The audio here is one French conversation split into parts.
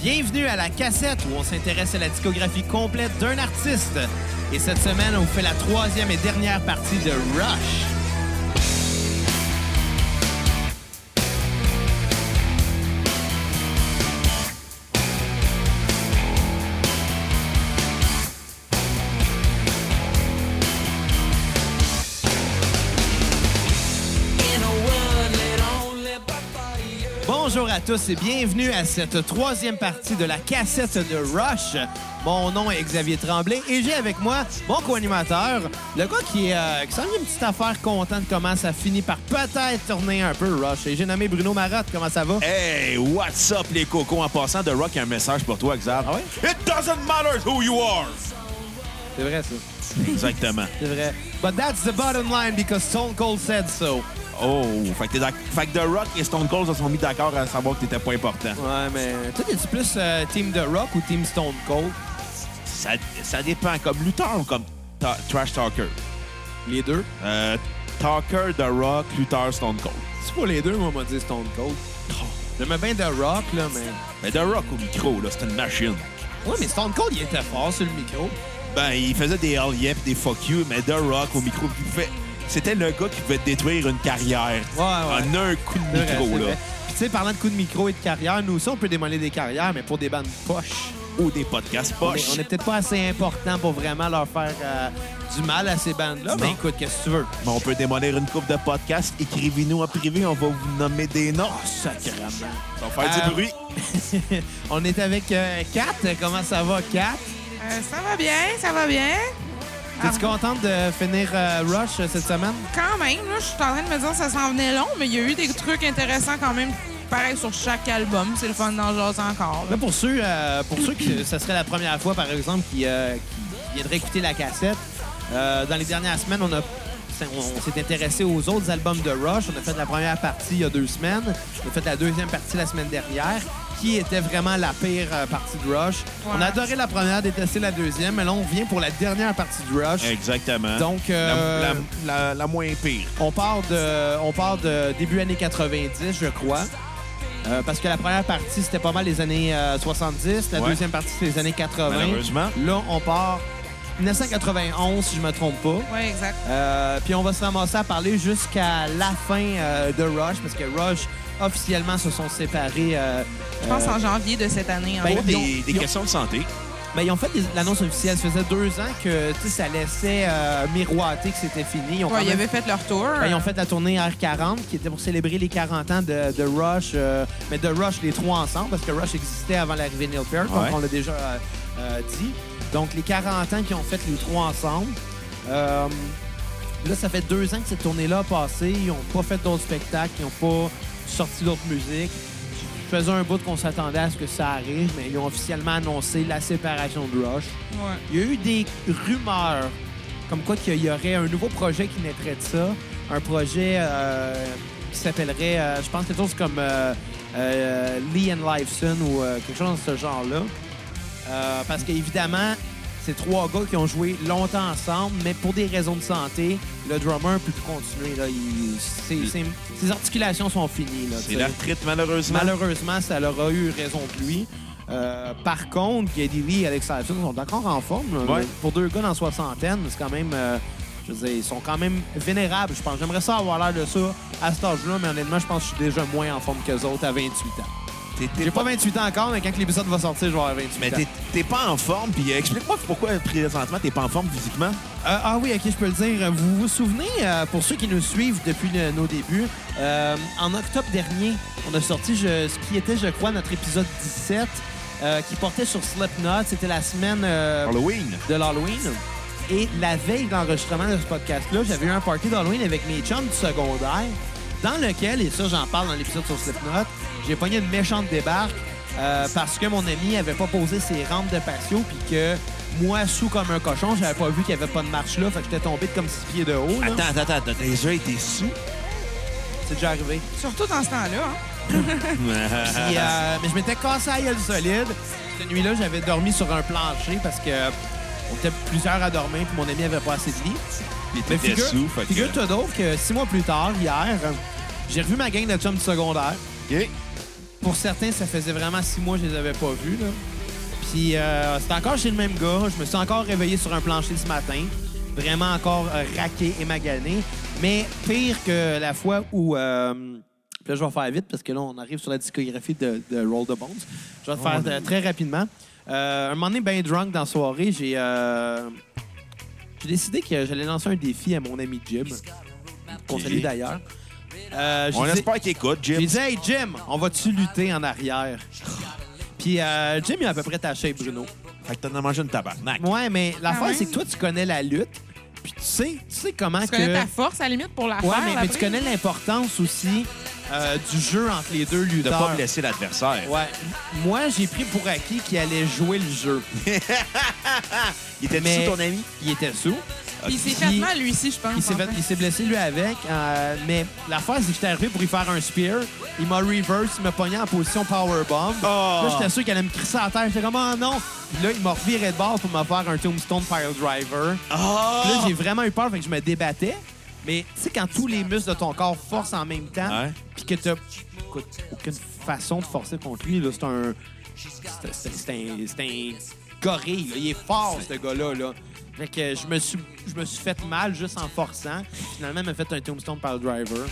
Bienvenue à la cassette où on s'intéresse à la discographie complète d'un artiste. Et cette semaine, on vous fait la troisième et dernière partie de Rush. Bonjour à tous et bienvenue à cette troisième partie de la cassette de Rush. Mon nom est Xavier Tremblay et j'ai avec moi mon co-animateur, le gars qui, euh, qui s'en vient une petite affaire contente comment ça finit par peut-être tourner un peu Rush. Et j'ai nommé Bruno Marotte, comment ça va? Hey, what's up les cocos? En passant, The Rock a un message pour toi, Xav. Ah ouais? It doesn't matter who you are! C'est vrai ça, Exactement. c'est vrai. But that's the bottom line because Stone Cold said so. Oh, fait que, t'es d'ac- fait que The Rock et Stone Cold se sont mis d'accord à savoir que t'étais pas important. Ouais, mais toi, t'es-tu plus euh, Team The Rock ou Team Stone Cold? Ça, ça dépend, comme lutteur ou comme ta- trash talker? Les deux. Euh, talker, The Rock, lutteur, Stone Cold. C'est pas les deux, moi, m'a dit Stone Cold. J'aimais bien The Rock, là, mais... Mais The Rock au micro, là, c'est une machine. Ouais, mais Stone Cold, il était fort sur le micro. Ben, il faisait des hell yeah pis des fuck you, mais The Rock au micro, il pouvait- C'était le gars qui pouvait détruire une carrière. Ouais, ouais. En un coup de C'est vrai, micro, c'est là. vrai. Puis, tu sais, parlant de coups de micro et de carrière, nous aussi, on peut démolir des carrières, mais pour des bandes poches. Ou des podcasts On est- poches. On est peut-être pas assez important pour vraiment leur faire euh, du mal à ces bandes-là. Mais Non. écoute, qu'est-ce que tu veux? Mais on peut démolir une coupe de podcast. Écrivez-nous en privé, on va vous nommer des noms. Sacrement. Ça va faire Oh, Euh, du bruit. on est avec euh, Kat. Comment ça va, Kat? Euh, ça va bien, ça va bien. T'es-tu contente de finir euh, Rush euh, cette semaine? Quand même, là, je suis en train de me dire que ça s'en venait long, mais il y a eu des trucs intéressants quand même, pareil sur chaque album. C'est le fun d'en jaser encore. là. Là, pour ceux, euh, pour ceux que ce serait la première fois, par exemple, qui, euh, qui viendraient écouter la cassette, euh, dans les dernières semaines, on a on on s'est intéressé aux autres albums de Rush. On a fait la première partie il y a deux semaines. On a fait la deuxième partie la semaine dernière, qui était vraiment la pire euh, partie de Rush. Ouais. On a adoré la première, détesté la deuxième, mais là, on vient pour la dernière partie de Rush. Exactement. Donc, euh, la, la- la- la moins pire. on part de, on part de début années 90, je crois. Euh, parce que la première partie, c'était pas mal les années euh, 70. La Ouais. deuxième partie, c'était les années 80. Malheureusement. Là, on part 1991, si je me trompe pas. Ouais, exact. Euh, Puis on va se ramasser à parler jusqu'à la fin euh, de Rush, parce que Rush, officiellement, se sont séparés. euh, Je pense euh, en janvier de cette année. hein. en ben, fait. Pour des, ils ont- des ils ont- questions de santé. ben, ils ont fait des- l'annonce officielle. Ça faisait deux ans que tu sais, ça laissait euh, miroiter que c'était fini. Ils ont Ouais, quand ils même avaient fait leur tour. Ben, ils ont fait la tournée R40 qui était pour célébrer les 40 ans de, de Rush, euh, mais de Rush les trois ensemble parce que Rush existait avant l'arrivée de Neil Peart, donc Ouais. on l'a déjà euh, euh, dit. Donc les 40 ans qu'ils ont fait les trois ensemble. Euh, là, ça fait deux ans que cette tournée-là a passé. Ils n'ont pas fait d'autres spectacles, ils n'ont pas sorti d'autres musiques. Je faisais un bout qu'on s'attendait à ce que ça arrive, mais ils ont officiellement annoncé la séparation de Rush. Ouais. Il y a eu des rumeurs comme quoi qu'il y aurait un nouveau projet qui naîtrait de ça. Un projet euh, qui s'appellerait, euh, je pense, quelque chose comme euh, euh, Lee and Lifeson ou euh, quelque chose de ce genre-là. Euh, parce qu'évidemment, c'est trois gars qui ont joué longtemps ensemble, mais pour des raisons de santé, le drummer peut plus continuer. Là, Il- ses, ses- ses articulations sont finies. Là, tu C'est sais. l'arthrite, malheureusement. Malheureusement, ça leur a eu raison de lui. Euh, par contre, Geddy Lee et Alex Lifeson sont encore en forme. là. Ouais. Pour deux gars dans la soixantaine, c'est quand même. euh, je veux dire, ils sont quand même vénérables, je pense. J'aimerais ça avoir l'air de ça à cet âge-là, mais honnêtement, je pense que je suis déjà moins en forme qu'eux autres à 28 ans. T'es- t'es J'ai pas 28 ans encore, mais quand l'épisode va sortir, je vais avoir 28 Mais ans. t'es- t'es pas en forme, puis euh, explique-moi pourquoi présentement t'es pas en forme physiquement. Euh, ah oui, ok, je peux le dire. Vous vous souvenez, euh, pour ceux qui nous suivent depuis le- nos débuts, euh, en octobre dernier, on a sorti je- ce qui était, je crois, notre épisode 17, euh, qui portait sur Slipknot. C'était la semaine euh, Halloween. de l'Halloween. Et la veille d'enregistrement de ce podcast-là, j'avais eu un party d'Halloween avec mes chums du secondaire, dans lequel, et ça j'en parle dans l'épisode sur Slipknot, j'ai pogné une méchante débarque euh, parce que mon ami avait pas posé ses rampes de patio, puis que moi, sous comme un cochon, j'avais pas vu qu'il y avait pas de marche là, fait que j'étais tombé de comme six pieds de haut. là. Attends, attends, attends, t'as déjà été sous? C'est déjà arrivé. Surtout dans ce temps-là. hein. Ah, Puis, euh, mais je m'étais cassé à gueule solide. Cette nuit-là, j'avais dormi sur un plancher parce que on était plusieurs à dormir, puis mon ami avait pas assez de lit. Il Mais était figure, sous, fait que- figure-toi donc que six mois plus tard, hier, j'ai revu ma gang de chums du secondaire. OK. Pour certains, ça faisait vraiment six mois que je les avais pas vus. Là. Puis euh, c'était encore chez le même gars. Je me suis encore réveillé sur un plancher ce matin. Vraiment encore euh, raqué et magané. Mais pire que la fois où... euh, puis là, je vais faire vite parce que là, on arrive sur la discographie de, de Roll the Bones. Je vais te faire euh, très rapidement. Euh, un moment donné, bien drunk dans la soirée, j'ai... euh, j'ai décidé que j'allais lancer un défi à mon ami Jim, qu'on Ok. salue d'ailleurs. Euh, j'ai On dit- espère qu'il écoute, Jim. j'ai dit, hey Jim, on va-tu lutter en arrière? Puis euh, Jim, il a à peu près ta shape, Bruno. Fait que t'en as mangé une tabarnak. Ouais, mais l'affaire, Ah ouais? c'est que toi, tu connais la lutte. Puis tu sais, tu sais comment Tu que. connais ta force, à la limite, pour la ouais, faire. mais, mais après. tu connais l'importance aussi euh, du jeu entre les deux De lutteurs. pas blesser l'adversaire. Ouais. Moi, j'ai pris pour acquis qu'il allait jouer le jeu. Il était Mais- sous ton ami? Il était sous. Puis Il s'est fait Puis- mal, lui aussi, je pense. Il s'est, fait- en fait. il s'est blessé lui avec, euh, mais l'affaire, c'est que j'étais arrivé pour y faire un spear. Il m'a reverse, il m'a pogné en position powerbomb. Oh! Là, j'étais sûr qu'elle allait me crisser à terre. J'étais comme, oh non! Puis là, il m'a reviré de bord pour me faire un tombstone piledriver. Ah! Puis Là, j'ai vraiment eu peur, fait que je me débattais. Mais tu sais, quand tous les muscles de ton corps forcent en même temps, Ouais. puis que t'as écoute, aucune façon de forcer contre lui, là, c'est un. C'est c'est- c'est un, c'est un gorille, là. il est fort, ce gars-là. Là. Fait que je me, suis, je me suis fait mal juste en forçant. Finalement, il m'a fait un tombstone par le driver.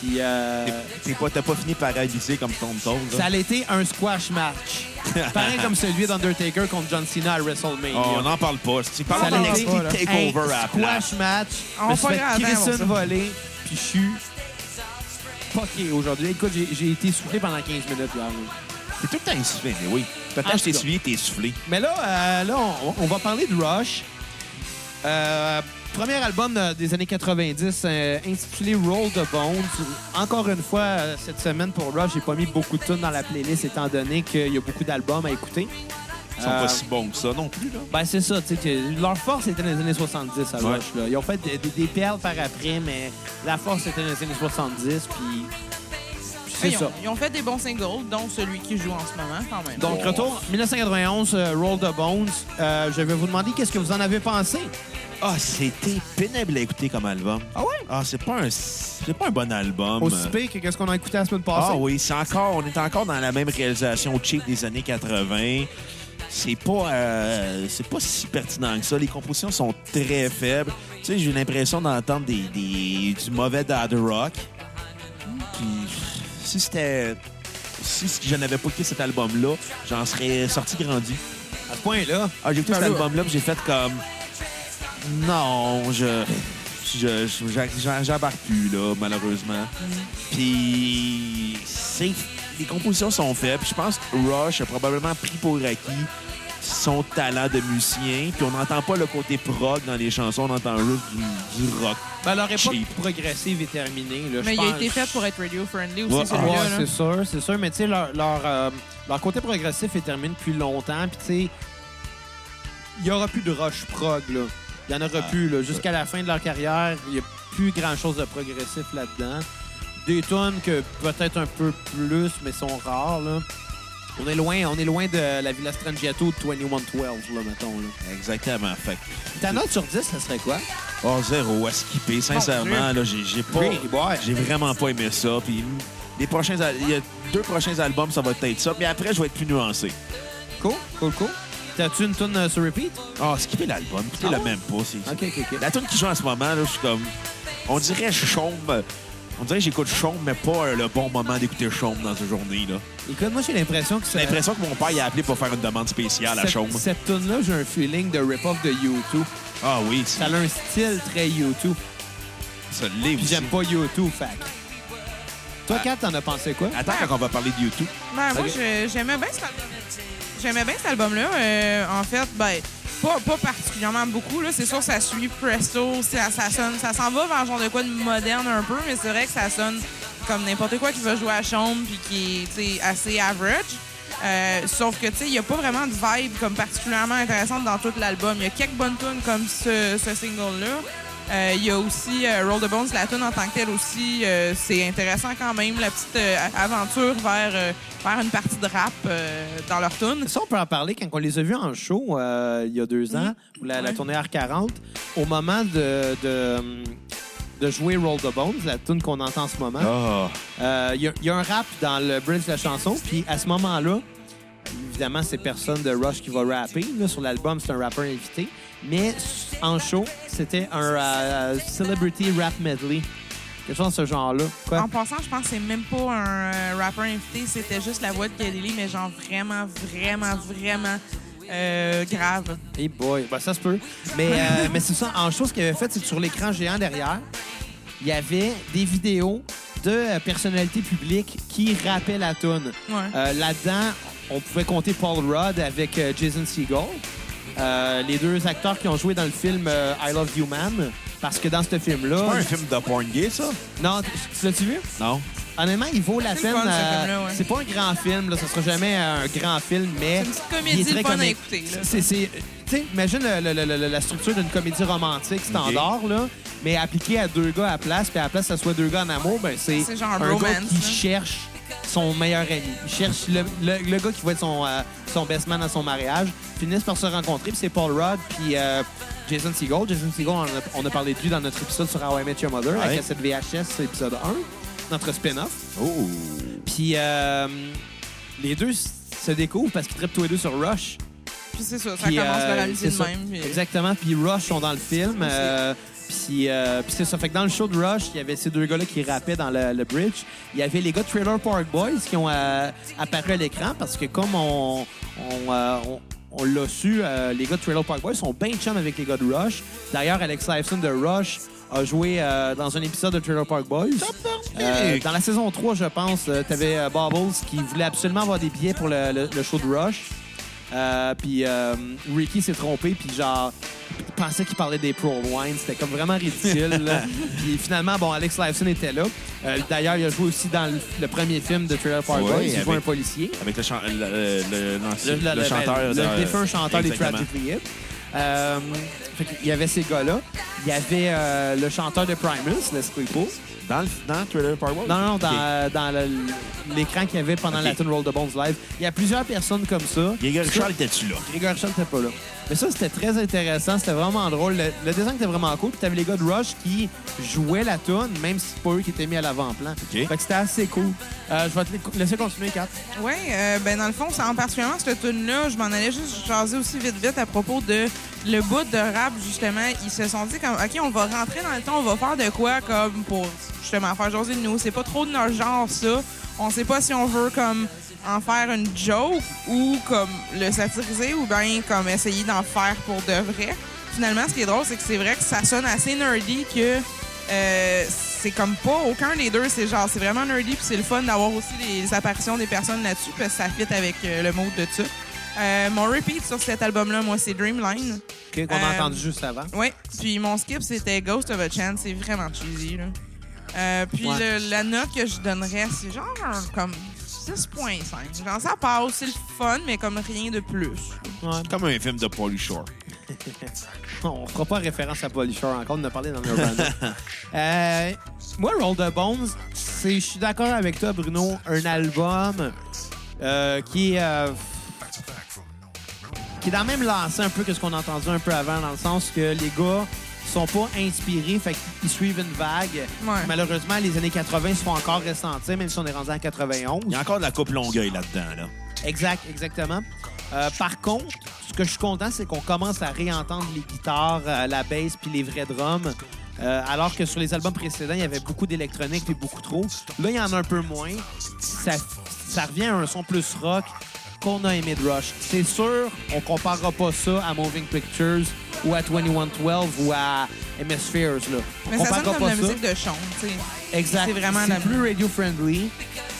Puis, euh, T'es pas, t'as pas fini par avisser comme ton tour, ça allait été un squash match. Pareil comme celui d'Undertaker contre John Cena à WrestleMania. Oh, on n'en parle pas. Si tu Ça parles allait d'un NXT être pas, là. Takeover Hey, à la place. Squash match. On Je me suis pas fait grand-temps crisser pour ça. une volée, puis je suis poqué aujourd'hui. Écoute, j'ai- j'ai été soufflé pendant 15 minutes hier. oui. T'es tout le temps essoufflé, mais oui. Peut-être En que je t'ai tout cas. suivi, t'es soufflé. Mais là, euh, là on, on va parler de Rush. Euh, premier album euh, des années 90 euh, intitulé Roll the Bones. Encore une fois, euh, cette semaine pour Rush, j'ai pas mis beaucoup de tunes dans la playlist étant donné qu'il y a beaucoup d'albums à écouter. Ils sont Euh, pas si bons que ça non plus, là. Ben, c'est ça, tu sais, que leur force était dans les années 70 à Ouais. Rush. Là. Ils ont fait des, des- des perles par après, mais la force était dans les années 70, puis puis c'est Ils ont- ça. Ils ont fait des bons singles, dont celui qui joue en ce moment, quand même. Donc, Oh. retour 1991, euh, Roll the Bones. Euh, je vais vous demander qu'est-ce que vous en avez pensé. Ah, c'était pénible à écouter comme album. Ah ouais? Ah, c'est pas un, c'est pas un bon album. Aussi pire que qu'est-ce qu'on a écouté la semaine passée. Ah oui, c'est encore, on est encore dans la même réalisation cheap des années 80. C'est pas, euh, c'est pas si pertinent que ça. Les compositions sont très faibles. Tu sais, j'ai l'impression d'entendre des, des- du mauvais dad rock. Puis, si c'était, si je n'avais pas écouté cet album-là, j'en serais sorti grandi. À ce point-là, Ah, j'ai écouté Ben cet là. album-là, puis j'ai fait comme, non, je, je, je- j'a- j'a- j'embarque plus là, malheureusement. Puis c'est les compositions sont faibles. Puis Je pense que Rush a probablement pris pour acquis son talent de musicien. Puis on n'entend pas le côté prog dans les chansons, on entend juste du, du rock. ben, leur époque Cheap. progressive est terminée. Là, Mais je il a pense. été fait pour être radio-friendly aussi, Ouais, Ouais, celui-là. là. Ah, c'est sûr, c'est sûr. Mais tu sais, leur, leur, euh, leur côté progressif est terminé depuis longtemps. Puis tu sais, il n'y aura plus de rush prog, là. Il n'y en aura Ah, plus, là. Jusqu'à la fin de leur carrière, il n'y a plus grand-chose de progressif là-dedans. Des tonnes que peut-être un peu plus, mais sont rares, là. On est loin, on est loin de la Villa Strangiato de 2112, là, mettons, là. Exactement. Fait que, Ta note sur 10, ça serait quoi? oh, zéro à skipper. Sincèrement, là, j'ai j'ai pas. Oui, ouais. J'ai vraiment pas aimé ça. Puis les prochains, al- il y a deux prochains albums, ça va être ça. Mais après, je vais être plus nuancé. Cool, cool, cool. T'as-tu une tonne sur repeat? Ben, Ah, skipper l'album, écoutez Ah le ouais? même pas. c'est- OK, OK, OK. La tune qui joue en ce moment, là, je suis comme. On dirait Chaume. On dirait que j'écoute Chaume, mais pas euh, le bon moment d'écouter Chaume dans une journée. là. Écoute, moi, j'ai l'impression que J'ai ça... l'impression que mon père il a appelé pour faire une demande spéciale à Cette- Chaume. Cette tune-là, j'ai un feeling de rip-off de YouTube. Ah oui, Ça ça a un style très YouTube. ça Puis l'est aussi. j'aime pas YouTube, fac. Ah. Toi, Kat, t'en as pensé quoi? Attends quand on va parler de YouTube. Ben, moi, Ok. je- j'aimais bien cet album. J'aimais bien cet album-là. Euh, en fait, ben, pas, pas particulièrement beaucoup. là. C'est sûr que ça suit Presto. Ça, ça sonne, ça s'en va vers genre de quoi de moderne un peu, mais c'est vrai que ça sonne comme n'importe quoi qui va jouer à chambre puis qui est tu sais, assez average. Euh, sauf que, tu sais, il n'y a pas vraiment de vibe comme particulièrement intéressante dans tout l'album. Il y a quelques bonnes tunes comme ce, ce single-là. Euh, Il y a aussi euh, Roll the Bones, la tune en tant que telle aussi. euh, c'est intéressant quand même, la petite euh, aventure vers, euh, vers une partie de rap euh, dans leur tune. Ça, on peut en parler quand on les a vus en show euh, il y a deux ans, ou la, la Ouais. tournée R40, au moment de, de, de jouer Roll the Bones, la tune qu'on entend en ce moment. Ah, Euh, Il y, a- il y a un rap dans le bridge de la chanson, puis à ce moment-là, évidemment, c'est personne de Rush qui va rapper. là. sur l'album, c'est un rappeur invité. Mais en show, c'était un euh, celebrity rap medley. Quelque chose de ce genre-là. Quoi? En passant, je pense que c'est même pas un euh, rappeur invité, c'était juste la voix de Kelly, mais genre vraiment, vraiment, vraiment euh, grave. Hey boy, ben, ça se peut. Mais, euh, mais c'est ça, en chose qu'il avait fait, c'est que sur l'écran géant derrière, il y avait des vidéos de euh, personnalités publiques qui rappaient la toune. Ouais. Euh, Là-dedans, on pouvait compter Paul Rudd avec euh, Jason Segel, euh, les deux acteurs qui ont joué dans le film euh, I Love You Man, parce que dans ce c'est film-là... pas un film de porn gay, ça? Non, t- tu l'as-tu vu? Non. Honnêtement, il vaut la C'est peine. le fun, ce euh, film-là, ouais. C'est pas un grand film, là, ça sera jamais un grand film, mais. C'est une petite comédie il est très fun à comique. écouter, là. C'est- c'est- tu sais, imagine le- le- le- le- la structure d'une comédie romantique standard, là, mais appliquée à deux gars à la place, puis à la place, ça soit deux gars en amour, ben, c'est C'est genre un romance, gars qui là. cherche son meilleur ami. Il cherche le, le- le gars qui va être son, euh, son best man à son mariage. Finissent par se rencontrer, puis c'est Paul Rudd, puis euh, Jason Segel. Jason Segel, on a, on a parlé de lui dans notre épisode sur How I Met Your Mother, la Ouais. cassette VHS, c'est épisode 1, notre spin-off. Oh. Puis euh, les deux s- se découvrent parce qu'ils trippent tous les deux sur Rush. Puis c'est ça, ça Puis, commence euh, par la c'est musique de ça. même. puis- Exactement. Puis Rush sont dans le film. euh, puis euh, puis c'est ça. Fait que dans le show de Rush, il y avait ces deux gars-là qui rappaient dans le, le bridge. Il y avait les gars de Trailer Park Boys qui ont euh, apparu à l'écran parce que comme on, on, euh, on- on l'a su, euh, les gars de Trailer Park Boys sont bien chums avec les gars de Rush. D'ailleurs, Alex Lifeson de Rush a joué euh, dans un épisode de Trailer Park Boys. Euh, dans la saison 3, je pense, euh, t'avais euh, Bubbles qui voulait absolument avoir des billets pour le, le- le show de Rush. Euh, puis euh, Ricky s'est trompé, puis genre, il pensait qu'il parlait des Pro Wines. C'était comme vraiment ridicule. là. puis finalement, bon, Alex Lifeson était là. Euh, D'ailleurs, il a joué aussi dans le, le premier film de Trailer Park Oui, Boys. Il joue avec- un policier. Avec le, Ah, chan- le, le- le- non, c'est Le, le- le le- chanteur. le de- défunt chanteur des Exactement. Tragically Hip. Euh, il y avait ces gars-là. Il y avait euh, le chanteur de Primus, l'esprit Pool. Dans, le, dans Trailer Park World? Non, non, dans, Ok. euh, dans le- l'écran qu'il y avait pendant Ok. la tune Roll the Bones Live. Il y a plusieurs personnes comme ça. Grégory Ça, Charles, étais-tu là? Grégory Charles n'était pas là. Mais ça, c'était très intéressant. C'était vraiment drôle. Le, le design était vraiment cool. Puis t'avais les gars de Rush qui jouaient la tune, même si c'est pas eux qui étaient mis à l'avant-plan. Ok. Fait que c'était assez cool. Euh, je vais te la- laisser continuer, Kat. Oui, ben dans le fond, c'est en particulièrement cette tune-là, je m'en allais juste jaser aussi vite vite à propos de le bout de rap, justement. Ils se sont dit comme OK, on va rentrer dans le temps, on va faire de quoi comme pour justement faire jaser de nous. C'est pas trop de notre genre ça. On sait pas si on veut comme en faire une joke ou comme le satiriser ou bien comme essayer d'en faire pour de vrai. Finalement, ce qui est drôle, c'est que c'est vrai que ça sonne assez nerdy que euh, c'est comme pas aucun des deux. C'est genre, c'est vraiment nerdy, puis c'est le fun d'avoir aussi les apparitions des personnes là-dessus, parce que ça fit avec euh, le mode de ça. Euh, mon repeat sur cet album-là, moi, c'est Dreamline. qu'on a a Euh, entendu entendu juste avant. Ouais. Puis mon skip, c'était Ghost of a Chance. C'est vraiment cheesy, là. Euh, puis Ouais. le- la note que je donnerais, c'est genre un- comme 6.5. Genre, ça passe, c'est le fun, mais comme rien de plus. Comme un film de Paulie Shore. On fera pas référence à Paul Shore encore, on en a parlé dans le random. Euh, moi, Roll the Bones, c'est- je suis d'accord avec toi, Bruno, un album euh, qui est. euh, qui est dans le même lancé un peu que ce qu'on a entendu un peu avant, dans le sens que les gars sont pas inspirés, fait qu'ils suivent une vague. Ouais. Malheureusement, les années 80 se font encore ressentir, même si on est rendu en 91. Il y a encore de la coupe longueuil là-dedans, là. Exact, exactement. Euh, par contre, ce que je suis content, c'est qu'on commence à réentendre les guitares, euh, la basse puis les vrais drums. Euh, alors que sur les albums précédents, il y avait beaucoup d'électronique puis beaucoup trop. Là, il y en a un peu moins. Ça, ça revient à un son plus rock qu'on a aimé de Rush. C'est sûr, on comparera pas ça à Moving Pictures ou à 2112 ou à MS Spheres. Là. On Mais ça sonne comparera comme pas la ça. musique de Sean, tu sais. Exact. C'est vraiment la- plus radio-friendly.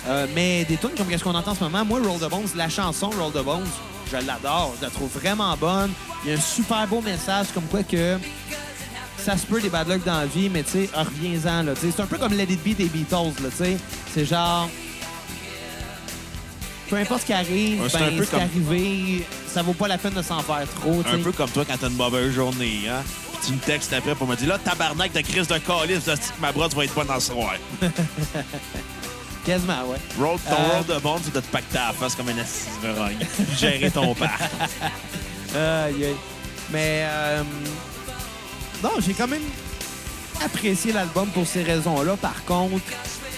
euh, mais des tunes comme ce qu'on entend en ce moment, moi, Roll the Bones, la chanson Roll the Bones, je l'adore. Je la trouve vraiment bonne. Il y a un super beau message comme quoi que ça se peut des bad luck dans la vie, mais tu sais, reviens-en. là. Tu sais, C'est un peu comme Let It Be des Beatles. là, tu sais. C'est genre... Peu importe ce qui arrive, Ouais, ben, c'est ce un peu qui est comme- arrivé, ça vaut pas la peine de s'en faire trop. tu Un sais. peu comme toi quand t'as une mauvaise journée, hein. Puis tu me textes après pour me dire, là, tabarnak de crise de calice, de stick ma brosse va être bonne dans ce soir. Quasiment, ouais. Roll, ton Euh, roll de monde, c'est de te pacter à la face comme un assis de rogne. Gérer ton parc. Aïe, aïe. Mais euh, non, j'ai quand même apprécié l'album pour ces raisons-là. Par contre,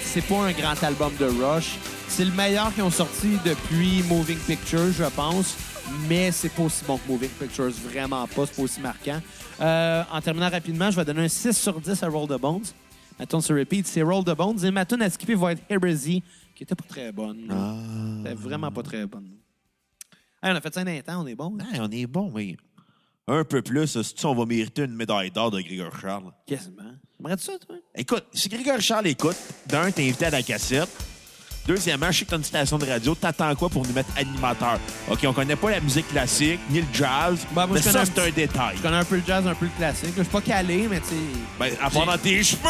c'est pas un grand album de Rush. C'est le meilleur qu'ils ont sorti depuis Moving Pictures, je pense. Mais c'est pas aussi bon que Moving Pictures, vraiment pas. C'est pas aussi marquant. Euh, en terminant rapidement, je vais donner un 6 sur 10 à Roll the Bones. Ma tune sur repeat, c'est Roll the Bones. Et ma tune à skipper va être Heresy, qui était pas très bonne. là. C'était vraiment pas très bonne. Hey, on a fait ça un temps, on est bon. hein? Hey, on est bon, mais un peu plus, euh, si on va mériter une médaille d'or de Grégor Charles. Quasiment. Aimerais-tu ça, toi? Écoute, si Grégor Charles écoute, d'un, t'es invité à la cassette. Deuxièmement, je sais que t'as une station de radio, t'attends quoi pour nous mettre animateur? OK, on connaît pas la musique classique, ni le jazz, Ben, moi, mais je connais ça, un c'est petit- un détail. Je connais un peu le jazz, un peu le classique. Je suis pas calé, mais tu sais, Ben, à part dans tes cheveux!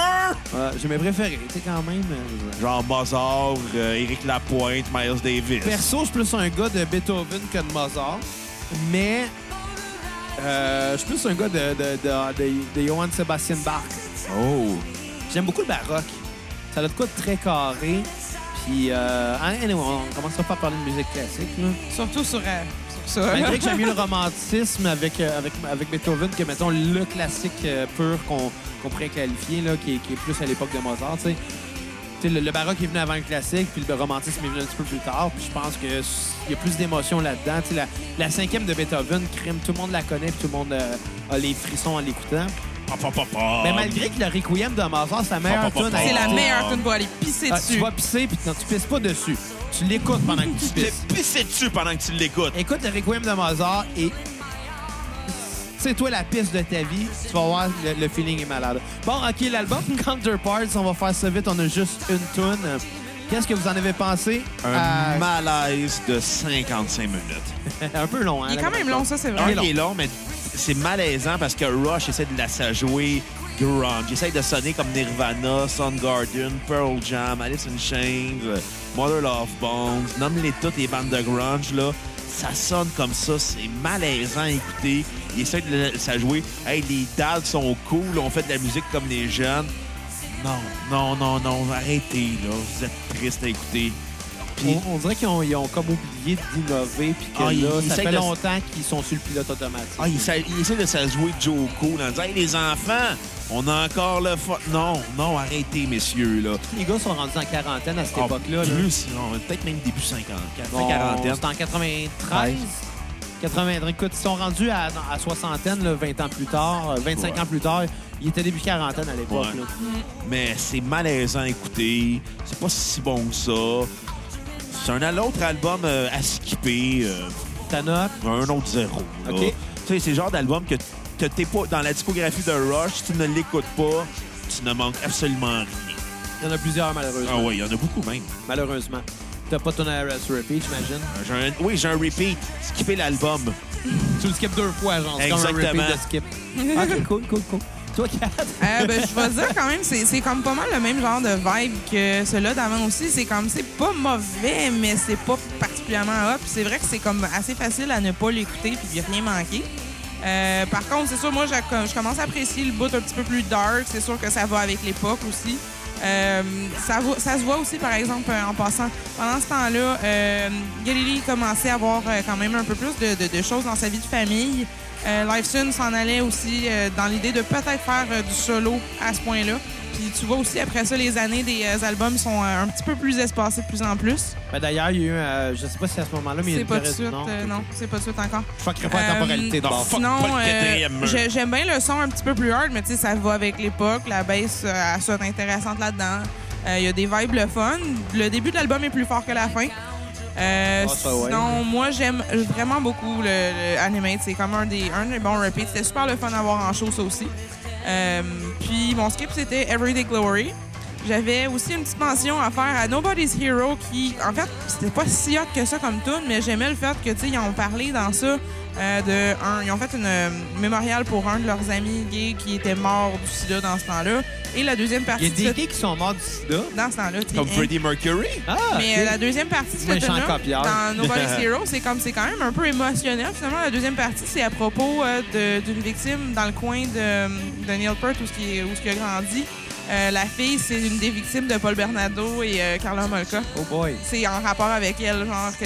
euh, j'ai mes préférés, tu sais, quand même. euh, Genre Mozart, euh, Éric Lapointe, Miles Davis. Perso, je suis plus un gars de Beethoven que de Mozart, mais euh, je suis plus un gars de, de, de, de- de Johann Sebastian Bach. Oh! J'aime beaucoup le baroque. Ça a de quoi de très carré. Puis, euh, anyway, on commencera pas à parler de musique classique. Là. Surtout sur, euh, sur ça. Malgré que j'aime mieux le romantisme avec, euh, avec, avec Beethoven que, mettons, le classique euh, pur qu'on qu'on pourrait qualifier, là, qui, est- qui est plus à l'époque de Mozart. tu sais. Tu sais, le, le baroque est venu avant le classique, puis le romantisme est venu un petit peu plus tard. Puis je pense qu'il y a plus d'émotion là-dedans. Tu sais, La, la cinquième de Beethoven, crime, tout le monde la connaît, puis tout le monde euh, a les frissons en l'écoutant. Pa, pa, pa, pa. Mais malgré que le Requiem de Mozart, c'est la meilleure Pop, pop, tune pop. à C'est la écouter. meilleure tune pour aller pisser Ah, Tu dessus. vas pisser, puis non, tu pisses pas dessus. Tu l'écoutes pendant que tu Tu t'es pisses. pissé dessus pendant que tu l'écoutes. Écoute le Requiem de Mozart et. C'est toi la piste de ta vie, tu vas voir, le, le feeling est malade. Bon, OK, l'album Counterparts, on va faire ça vite, on a juste une toune. Qu'est-ce que vous en avez pensé? Un Euh, malaise de 55 minutes. un peu long, hein? Il est la quand même version. long, ça, c'est Un, vrai. long. Ah, il est long, mais c'est malaisant parce que Rush essaie de la sa- jouer grunge. Il essaie de sonner comme Nirvana, Soundgarden, Pearl Jam, Alice in Chains, euh, Mother Love Bones. Nomme-les toutes les bandes de grunge, là. Ça sonne comme ça, c'est malaisant à écouter. Il essaie de la- sa jouer. Hey, les dalles sont cool, on fait de la musique comme les jeunes. Non, non, non, non, arrêtez, là. Vous êtes triste à écouter. Puis, On, on dirait qu'ils ont, ils ont comme oublié d'innover, puis que Ah, ils- là, ils ça essayent fait de- longtemps qu'ils sont sur le pilote automatique. Ah, il, s'a- il essaie de se jouer Joe Cool en disant Hey, les enfants, on a encore le fun. Non, non, arrêtez, messieurs, là. Les gars sont rendus en quarantaine à cette Ah, époque-là. là. Plus, non, peut-être même début 50, Bon, quarantaine. C'était en 93. 93. Écoute, ils sont rendus à, à soixantaine, là, 20 ans plus tard, euh, 25 Ouais. ans plus tard. Ils étaient début quarantaine à l'époque. Ouais. là. Mais c'est malaisant à écouter. C'est pas si bon que ça. C'est un à autre album euh, à skipper. euh, Ta note? un autre zéro. là. OK. Tu sais, c'est le genre d'album que, que t'es pas dans la discographie de Rush, tu ne l'écoutes pas, tu ne manques absolument rien. Il y en a plusieurs, malheureusement. Ah ouais, il y en a beaucoup même. Malheureusement. T'as pas ton RS repeat, j'imagine. J'ai un- oui, j'ai un repeat. Skipper l'album. Tu le skips deux fois, genre. C'est comme un Exactement. repeat de skip. Ah, OK, cool, cool, cool. Toi, Kat? Euh, ben, je vais dire quand même, c'est c'est comme pas mal le même genre de vibe que celui-là d'avant aussi. C'est comme, c'est pas mauvais, mais c'est pas particulièrement hop. C'est vrai que c'est comme assez facile à ne pas l'écouter puis d'y rien manquer. Euh, par contre, c'est sûr, moi, j'ai com- je commence à apprécier le bout un petit peu plus dark. C'est sûr que ça va avec l'époque aussi. Euh, ça, va- ça se voit aussi, par exemple, euh, en passant. Pendant ce temps-là, euh, Galilée commençait à avoir euh, quand même un peu plus de, de- de choses dans sa vie de famille. Euh, Lifeson s'en allait aussi euh, dans l'idée de peut-être faire euh, du solo à ce point-là. Puis tu vois aussi, après ça, les années des euh, albums sont euh, un petit peu plus espacées de plus en plus. Ben, D'ailleurs, il y a eu, euh, je sais pas si à ce moment-là, mais il y a C'est une pas de période- suite, euh, non, c'est pas de suite encore. Je fuckerai pas la temporalité Euh, d'abord. fuck Sinon, pas le euh, quatrième mur. j'ai- j'aime bien le son un petit peu plus hard, mais tu sais, ça va avec l'époque. La baisse, euh, elle sonne intéressante là-dedans. Euh, Il y a des vibes le fun. Le début de l'album est plus fort que la fin. Euh, Ah, ça, ouais. sinon, moi, j'aime vraiment beaucoup le, le Animate. C'est comme un des, un des bons repeats. C'était super le fun à voir en show, ça aussi. Euh, puis mon skip, c'était Everyday Glory. J'avais aussi une petite mention à faire à Nobody's Hero qui, en fait, c'était pas si hot que ça comme tune, mais j'aimais le fait que, tu sais, ils ont parlé dans ça euh, de un, ils ont fait une euh, mémorial pour un de leurs amis gays qui était mort du sida dans ce temps-là. Et la deuxième Il y partie a de des ce- gays qui sont morts du sida. dans ce temps-là, t'es- Comme Freddie Mercury. Ah! mais ok. euh, la deuxième partie de Méchant cette tune copieur. dans Nobody's Hero, c'est comme c'est quand même un peu émotionnel. Finalement, la deuxième partie, c'est à euh, propos euh, de- d'une victime dans le coin de, de Neil Peart où, ce qui est- où ce qui a grandi. Euh, la fille, c'est une des victimes de Paul Bernardo et euh, Carla Molka. Oh boy. C'est en rapport avec elle, genre, que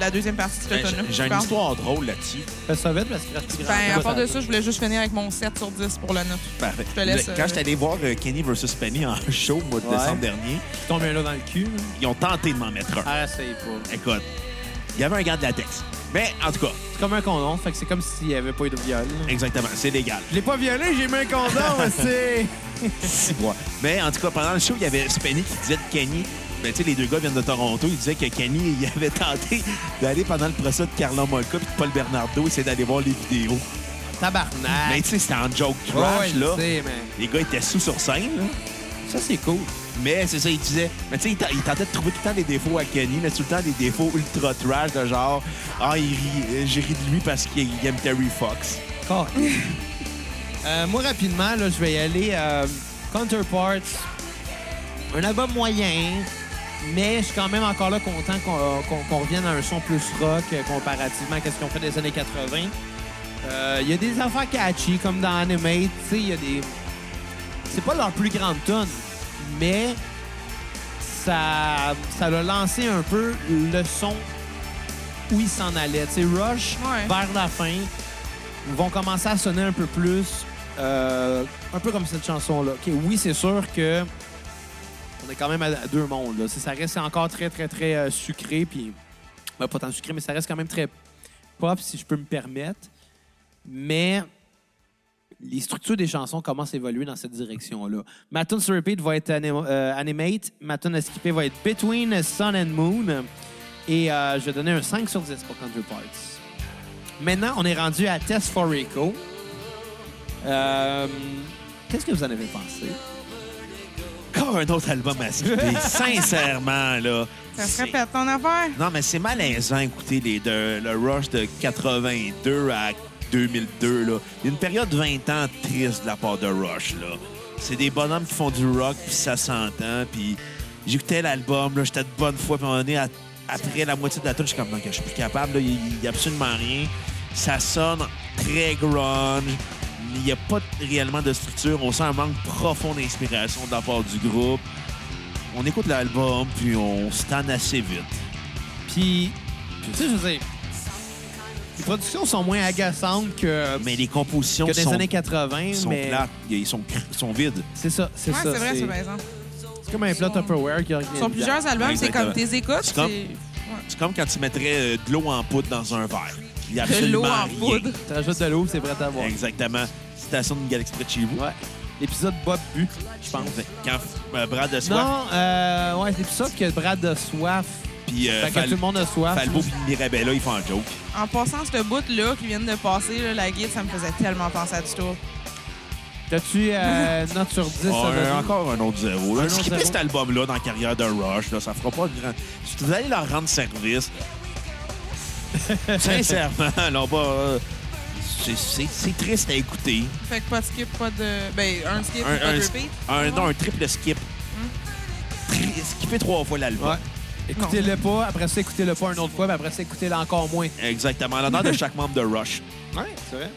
la deuxième partie de Ben, l'automne. J'ai j'ai une histoire drôle là-dessus. Fais ça vite parce qu'il reste plus grand Ben, à chose part de dire. ça, je voulais juste finir avec mon 7 sur 10 pour le 9. Parfait. te laisse, Le- euh, Ben, Quand j'étais allé voir euh, Kenny vs. Penny en show au mois de Ouais. décembre dernier, Tu tombes un là dans le cul. là. ils ont tenté de m'en mettre un. Ah, essaye pas. Écoute, il y avait un gars de latex. Mais en tout cas, C'est comme un condom, fait que c'est comme s'il n'y avait pas eu de viol. là. exactement, c'est légal. Je l'ai pas violé, j'ai mis un condom, c'est. Six mois. Mais en tout cas, pendant le show, il y avait Spenny qui disait de Kenny. Ben, tu sais, les deux gars viennent de Toronto. Ils disaient que Kenny, il avait tenté d'aller pendant le procès de Carla Molka puis de Paul Bernardo, essayer d'aller voir les vidéos. Tabarnak. Mais tu sais, c'était en joke Ah. Ouais, trash, je là. sais, mais- Les gars étaient sous sur scène, là. Ça, c'est cool. Mais c'est ça, il disait. Mais tu sais, il ten- il tentait de trouver tout le temps des défauts à Kenny, mais tout le temps des défauts ultra trash de genre, ah, il rit- euh, j'ai ri de lui parce qu'il il aime Terry Fox. Cool. Euh, moi, rapidement, là, je vais y aller. euh, Counterparts, un album moyen, mais je suis quand même encore là content qu'on euh, qu'on- qu'on revienne à un son plus rock euh, comparativement à ce qu'on fait des années 80. Euh, Il y a des affaires catchy, comme dans Animate. tu sais, Il y a des... C'est pas leur plus grande tonne, mais ça, ça a lancé un peu le son où ils s'en allaient. Tu sais, Rush, Ouais. vers la fin, vont commencer à sonner un peu plus, euh, un peu comme cette chanson-là. OK, oui, c'est sûr que on est quand même à à deux mondes. là. C'est- Ça reste encore très, très, très euh, sucré, puis ben, pas tant sucré, mais ça reste quand même très pop, si je peux me permettre. Mais les structures des chansons commencent à évoluer dans cette direction-là. Ma tune sur repeat va être Anim- euh, Animate. Ma tune à skipper va être Between Sun and Moon. Et euh, je vais donner un 5 sur 10 pour Counterparts. Maintenant, on est rendu à Test for Rico. Euh, Qu'est-ce que vous en avez pensé? Encore un autre album à skipper. Sincèrement, là. Ça c'est- serait pète ton affaire. Non, mais c'est malaisant, écoutez, les, de- le rush de 82 à 2002. Là. Il y a une période de 20 ans triste de la part de Rush. là. C'est des bonhommes qui font du rock, puis ça s'entend. Puis j'écoutais l'album, là, j'étais de bonne foi, puis à un moment donné, à- après la moitié de la tune, je suis comme, non, je suis plus capable, là, il n'y a absolument rien. Ça sonne très grunge. Il n'y a pas réellement de structure. On sent un manque profond d'inspiration de la part du groupe. On écoute l'album, puis on se tanne assez vite. Puis, tu sais, je veux dire, les productions sont moins agaçantes que, Mais les compositions que des sont, années 80, sont mais plates, ils sont, cr- sont vides. c'est ça, c'est Ouais, ça. c'est vrai, c'est bien. c'est comme un plat Tupperware qui a Sur plusieurs albums, c'est Exactement. comme tes écoutes. C'est comme- c'est- ouais. C'est comme quand tu mettrais euh, de l'eau en poudre dans un verre. Il y a De l'eau absolument en rien. poudre. Tu rajoutes de l'eau, c'est prêt à boire. Exactement. Citation de Galaxy près de chez vous. Ouais. L'épisode Bob Bu, je pense. Quand euh, Brad de Soif Non, euh, ouais, c'est ça que Brad de soif. puis euh, fait que Fal- tout le monde a soif. Falbo puis Mirabella, ils font un joke. En passant ce bout-là qui vient de passer, là, la guide, ça me faisait tellement penser à du tour. T'as-tu euh, une note sur 10? Oh, ça, un- Benoît? encore un autre zéro. Là. autre Skipper zéro. cet album-là dans la carrière de Rush, là, ça fera pas grand... Si vous allez leur rendre service, sincèrement, là, on va, euh, c'est- c'est c'est triste à écouter. Fait que pas de skip, pas de. Ben, un skip, un, pas un- de repeat. un- non, un triple skip. Tri- skipper trois fois l'album. Ouais. Écoutez-le pas, après ça, écoutez-le pas une autre fois, puis après ça, écoutez-le encore moins. Exactement. À l'honneur de chaque membre de Rush. Ouais, c'est vrai.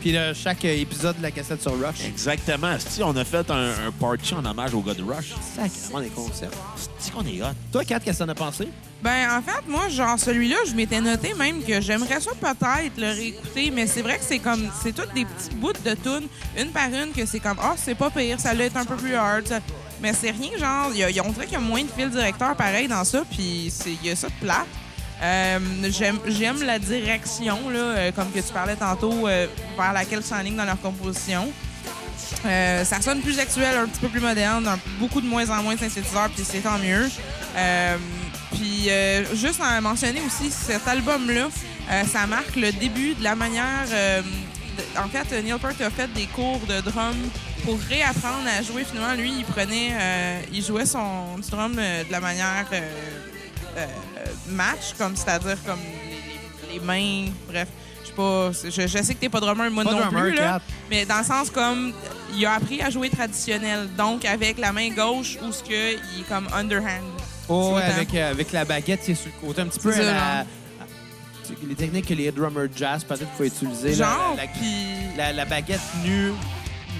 Puis là, chaque euh, épisode de la cassette sur Rush. Exactement. Si on a fait un, un party en hommage au gars de Rush. Sacrément des concepts. C'est qu'on est hot. Toi, Kat, qu'est-ce que t'en as pensé? Ben, en fait, moi, genre, celui-là, je m'étais noté même que j'aimerais ça peut-être le réécouter, mais c'est vrai que c'est comme. C'est toutes des petits bouts de tunes, une par une, que c'est comme, ah, c'est pas pire, ça là est un peu plus hard. ça. Mais c'est rien, genre, il y a- il y a- on dirait qu'il y a moins de fil directeur pareil dans ça, puis c'est- il y a ça de plat. J'aime j'aime la direction, là, euh, comme que tu parlais tantôt, euh, vers laquelle s'enlignent dans leur composition. Euh, ça sonne plus actuel, un petit peu plus moderne, un- beaucoup de moins en moins de synthétiseurs, puis c'est tant mieux. Euh, puis euh, juste à mentionner aussi, cet album-là, euh, ça marque le début de la manière... euh, de- en fait, Neil Peart a fait des cours de drum pour réapprendre à jouer. Finalement, lui, il prenait... euh, il jouait son du drum euh, de la manière euh, euh, match, comme c'est-à-dire comme les, les mains, bref. Je sais pas, je, je sais que t'es pas drummer, moi Pas non drummer, plus, là, Kat. mais dans le sens comme il a appris à jouer traditionnel, donc avec la main gauche ou ce que il est comme underhand. Oh, ouais, Tout le temps. avec, euh, avec la baguette, c'est hein. sur le côté. Un petit peu C'est à ça, la- genre. à- les techniques que les drummers jazz, peut-être, qu'il faut utiliser. là, Genre, la, la- puis la- la baguette nue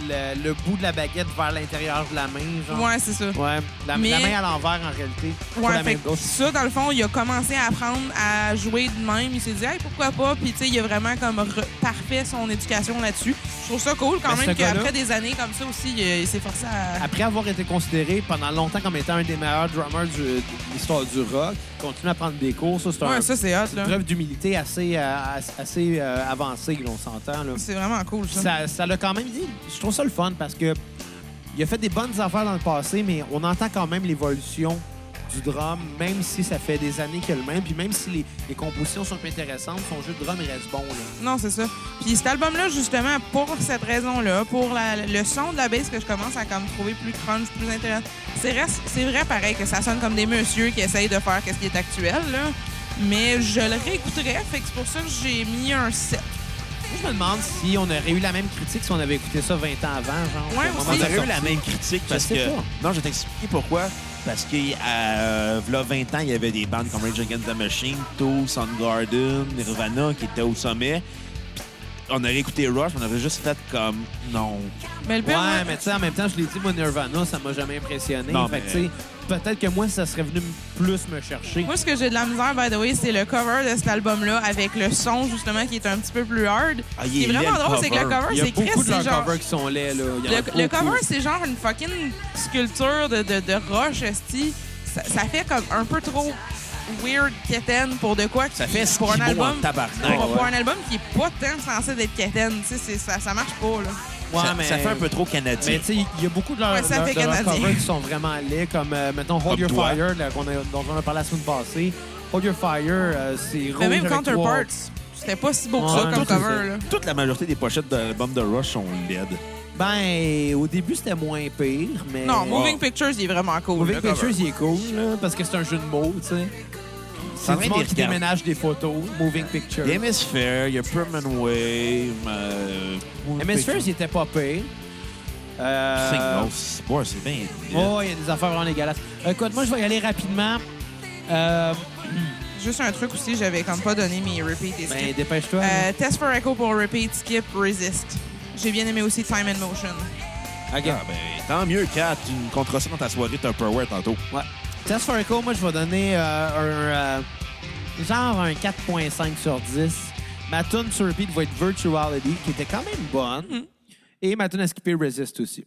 le, le bout de la baguette vers l'intérieur de la main, genre. Ouais, c'est ça. Ouais, la, Mais- la main à l'envers en réalité. Sur Ouais, la fait main que gauche. ça, dans le fond, il a commencé à apprendre à jouer de même. Il s'est dit, hey, pourquoi pas? Puis, tu sais, il a vraiment comme re- parfait son éducation là-dessus. Je trouve ça cool quand Mais même ce gars-là- qu'après des années comme ça aussi, il, il s'est forcé à. Après avoir été considéré pendant longtemps comme étant un des meilleurs drummers du- de l'histoire du rock, il continue à prendre des cours. Ça, c'est Ouais, un- ça, c'est hot, c'est une là. preuve d'humilité assez, euh, as- assez euh, avancée, là, on s'entend. là. C'est vraiment cool, ça. Ça ça l'a quand même dit. Je trouve ça le fun parce que il a fait des bonnes affaires dans le passé, mais on entend quand même l'évolution du drum, même si ça fait des années qu'il est le même, puis même si les, les compositions sont plus intéressantes, son jeu de drum il reste bon. là. Non, c'est ça. Puis cet album-là, justement, pour cette raison-là, pour la- le son de la bass que je commence à comme trouver plus crunch, plus intéressant, c'est vrai, c'est vrai pareil que ça sonne comme des messieurs qui essayent de faire ce qui est actuel, là. Mais je le réécouterais, fait que c'est pour ça que j'ai mis un 7. Moi, je me demande si on aurait eu la même critique si on avait écouté ça 20 ans avant. Genre, Ouais, au On moment aussi. de aurait eu la sortie. même critique parce sais que. pas. Non, je vais t'expliquer pourquoi. Parce que euh, v'là 20 ans, il y avait des bandes comme Rage Against the Machine, Tool, Soundgarden, Nirvana qui étaient au sommet. Puis On aurait écouté Rush, on aurait juste fait comme non. Mais le pire, moi- Ouais, mais tu sais, en même temps, je l'ai dit, moi, Nirvana, ça m'a jamais impressionné. Non, Fait que, mais- tu sais, peut-être que moi, ça serait venu m- plus me chercher. Moi, ce que j'ai de la misère, by the way, c'est le cover de cet album-là avec le son, justement, qui est un petit peu plus hard. Ah, Ce il qui est est laid, vraiment le drôle, c'est que le cover. cover, Il y a c'est Chris, beaucoup de c'est leurs genre. covers qui sont laids, là. Il y en a Le, le beaucoup. cover, c'est genre une fucking sculpture de, de, de roche, esti. Ça, ça fait comme un peu trop weird quétaine pour de quoi. Ça fait pour un Skimo en album. tabarnak, pour, pour ouais. un album qui est pas tant censé d'être quétaine. Tu sais, c'est- ça, ça marche pas, là. Ouais, ça, mais... ça fait un peu trop canadien. Mais tu sais, il y a beaucoup de leurs Ouais, ça leurs- fait de leurs canadien. covers qui sont vraiment laids, comme, euh, mettons, Hold Comme Your toi. Fire, là, qu'on a- dont on a parlé la semaine passée. Hold Your Fire, euh, c'est rouge Mais même avec trois- Counterparts, c'était pas si beau que Ouais, ça comme tout est cover, là. Toute la majorité des pochettes de l'album de Rush sont LED. Ben, au début, c'était moins pire, mais... Non, Moving Ouais. Pictures, il est vraiment cool. Moving le cover. Pictures, il est cool, là, parce que c'est un jeu de mots, tu sais. en C'est train du de monde les qui regarder. déménage des photos, Moving Pictures. Il y a Hemisphere, il y a Permanent Wave. Euh, MSFers, il était pas pire. Euh... Signals. Ouais, c'est bien. Oh, il y a des affaires vraiment dégueulasses. Écoute, moi, je vais y aller rapidement. Euh, Juste un truc aussi, j'avais comme pas donné mes repeat et skip. ben, dépêche-toi. Euh, test for Echo pour Repeat, Skip, Resist. J'ai bien aimé aussi Time and Motion. OK. Ah, ben, tant mieux, Kat. Tu me compteras ça dans ta soirée Tupperware tantôt. Ouais. Test for Echo, moi, je vais donner euh, un... euh, genre un 4.5 sur 10. Ma tune sur repeat va être Virtuality, qui était quand même bonne. Et ma tune à skipper Resist aussi.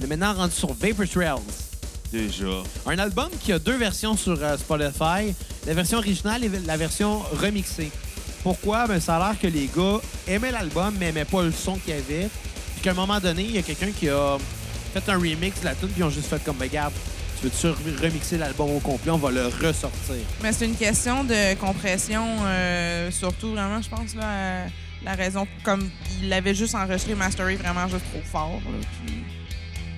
On est maintenant rendu sur Vapor Trails. Déjà. Un album qui a deux versions sur euh, Spotify, la version originale et la version remixée. Pourquoi? Ben, ça a l'air que les gars aimaient l'album, mais n'aimaient pas le son qu'il y avait. Puis qu'à un moment donné, il y a quelqu'un qui a fait un remix de la tune, puis ils ont juste fait comme, Ben, regarde, tu veux-tu re- remixer l'album au complet? On va le ressortir. Mais c'est une question de compression, euh, surtout vraiment, je pense, là, euh, la raison, comme il l'avait juste enregistré, masteré vraiment juste trop fort. là, puis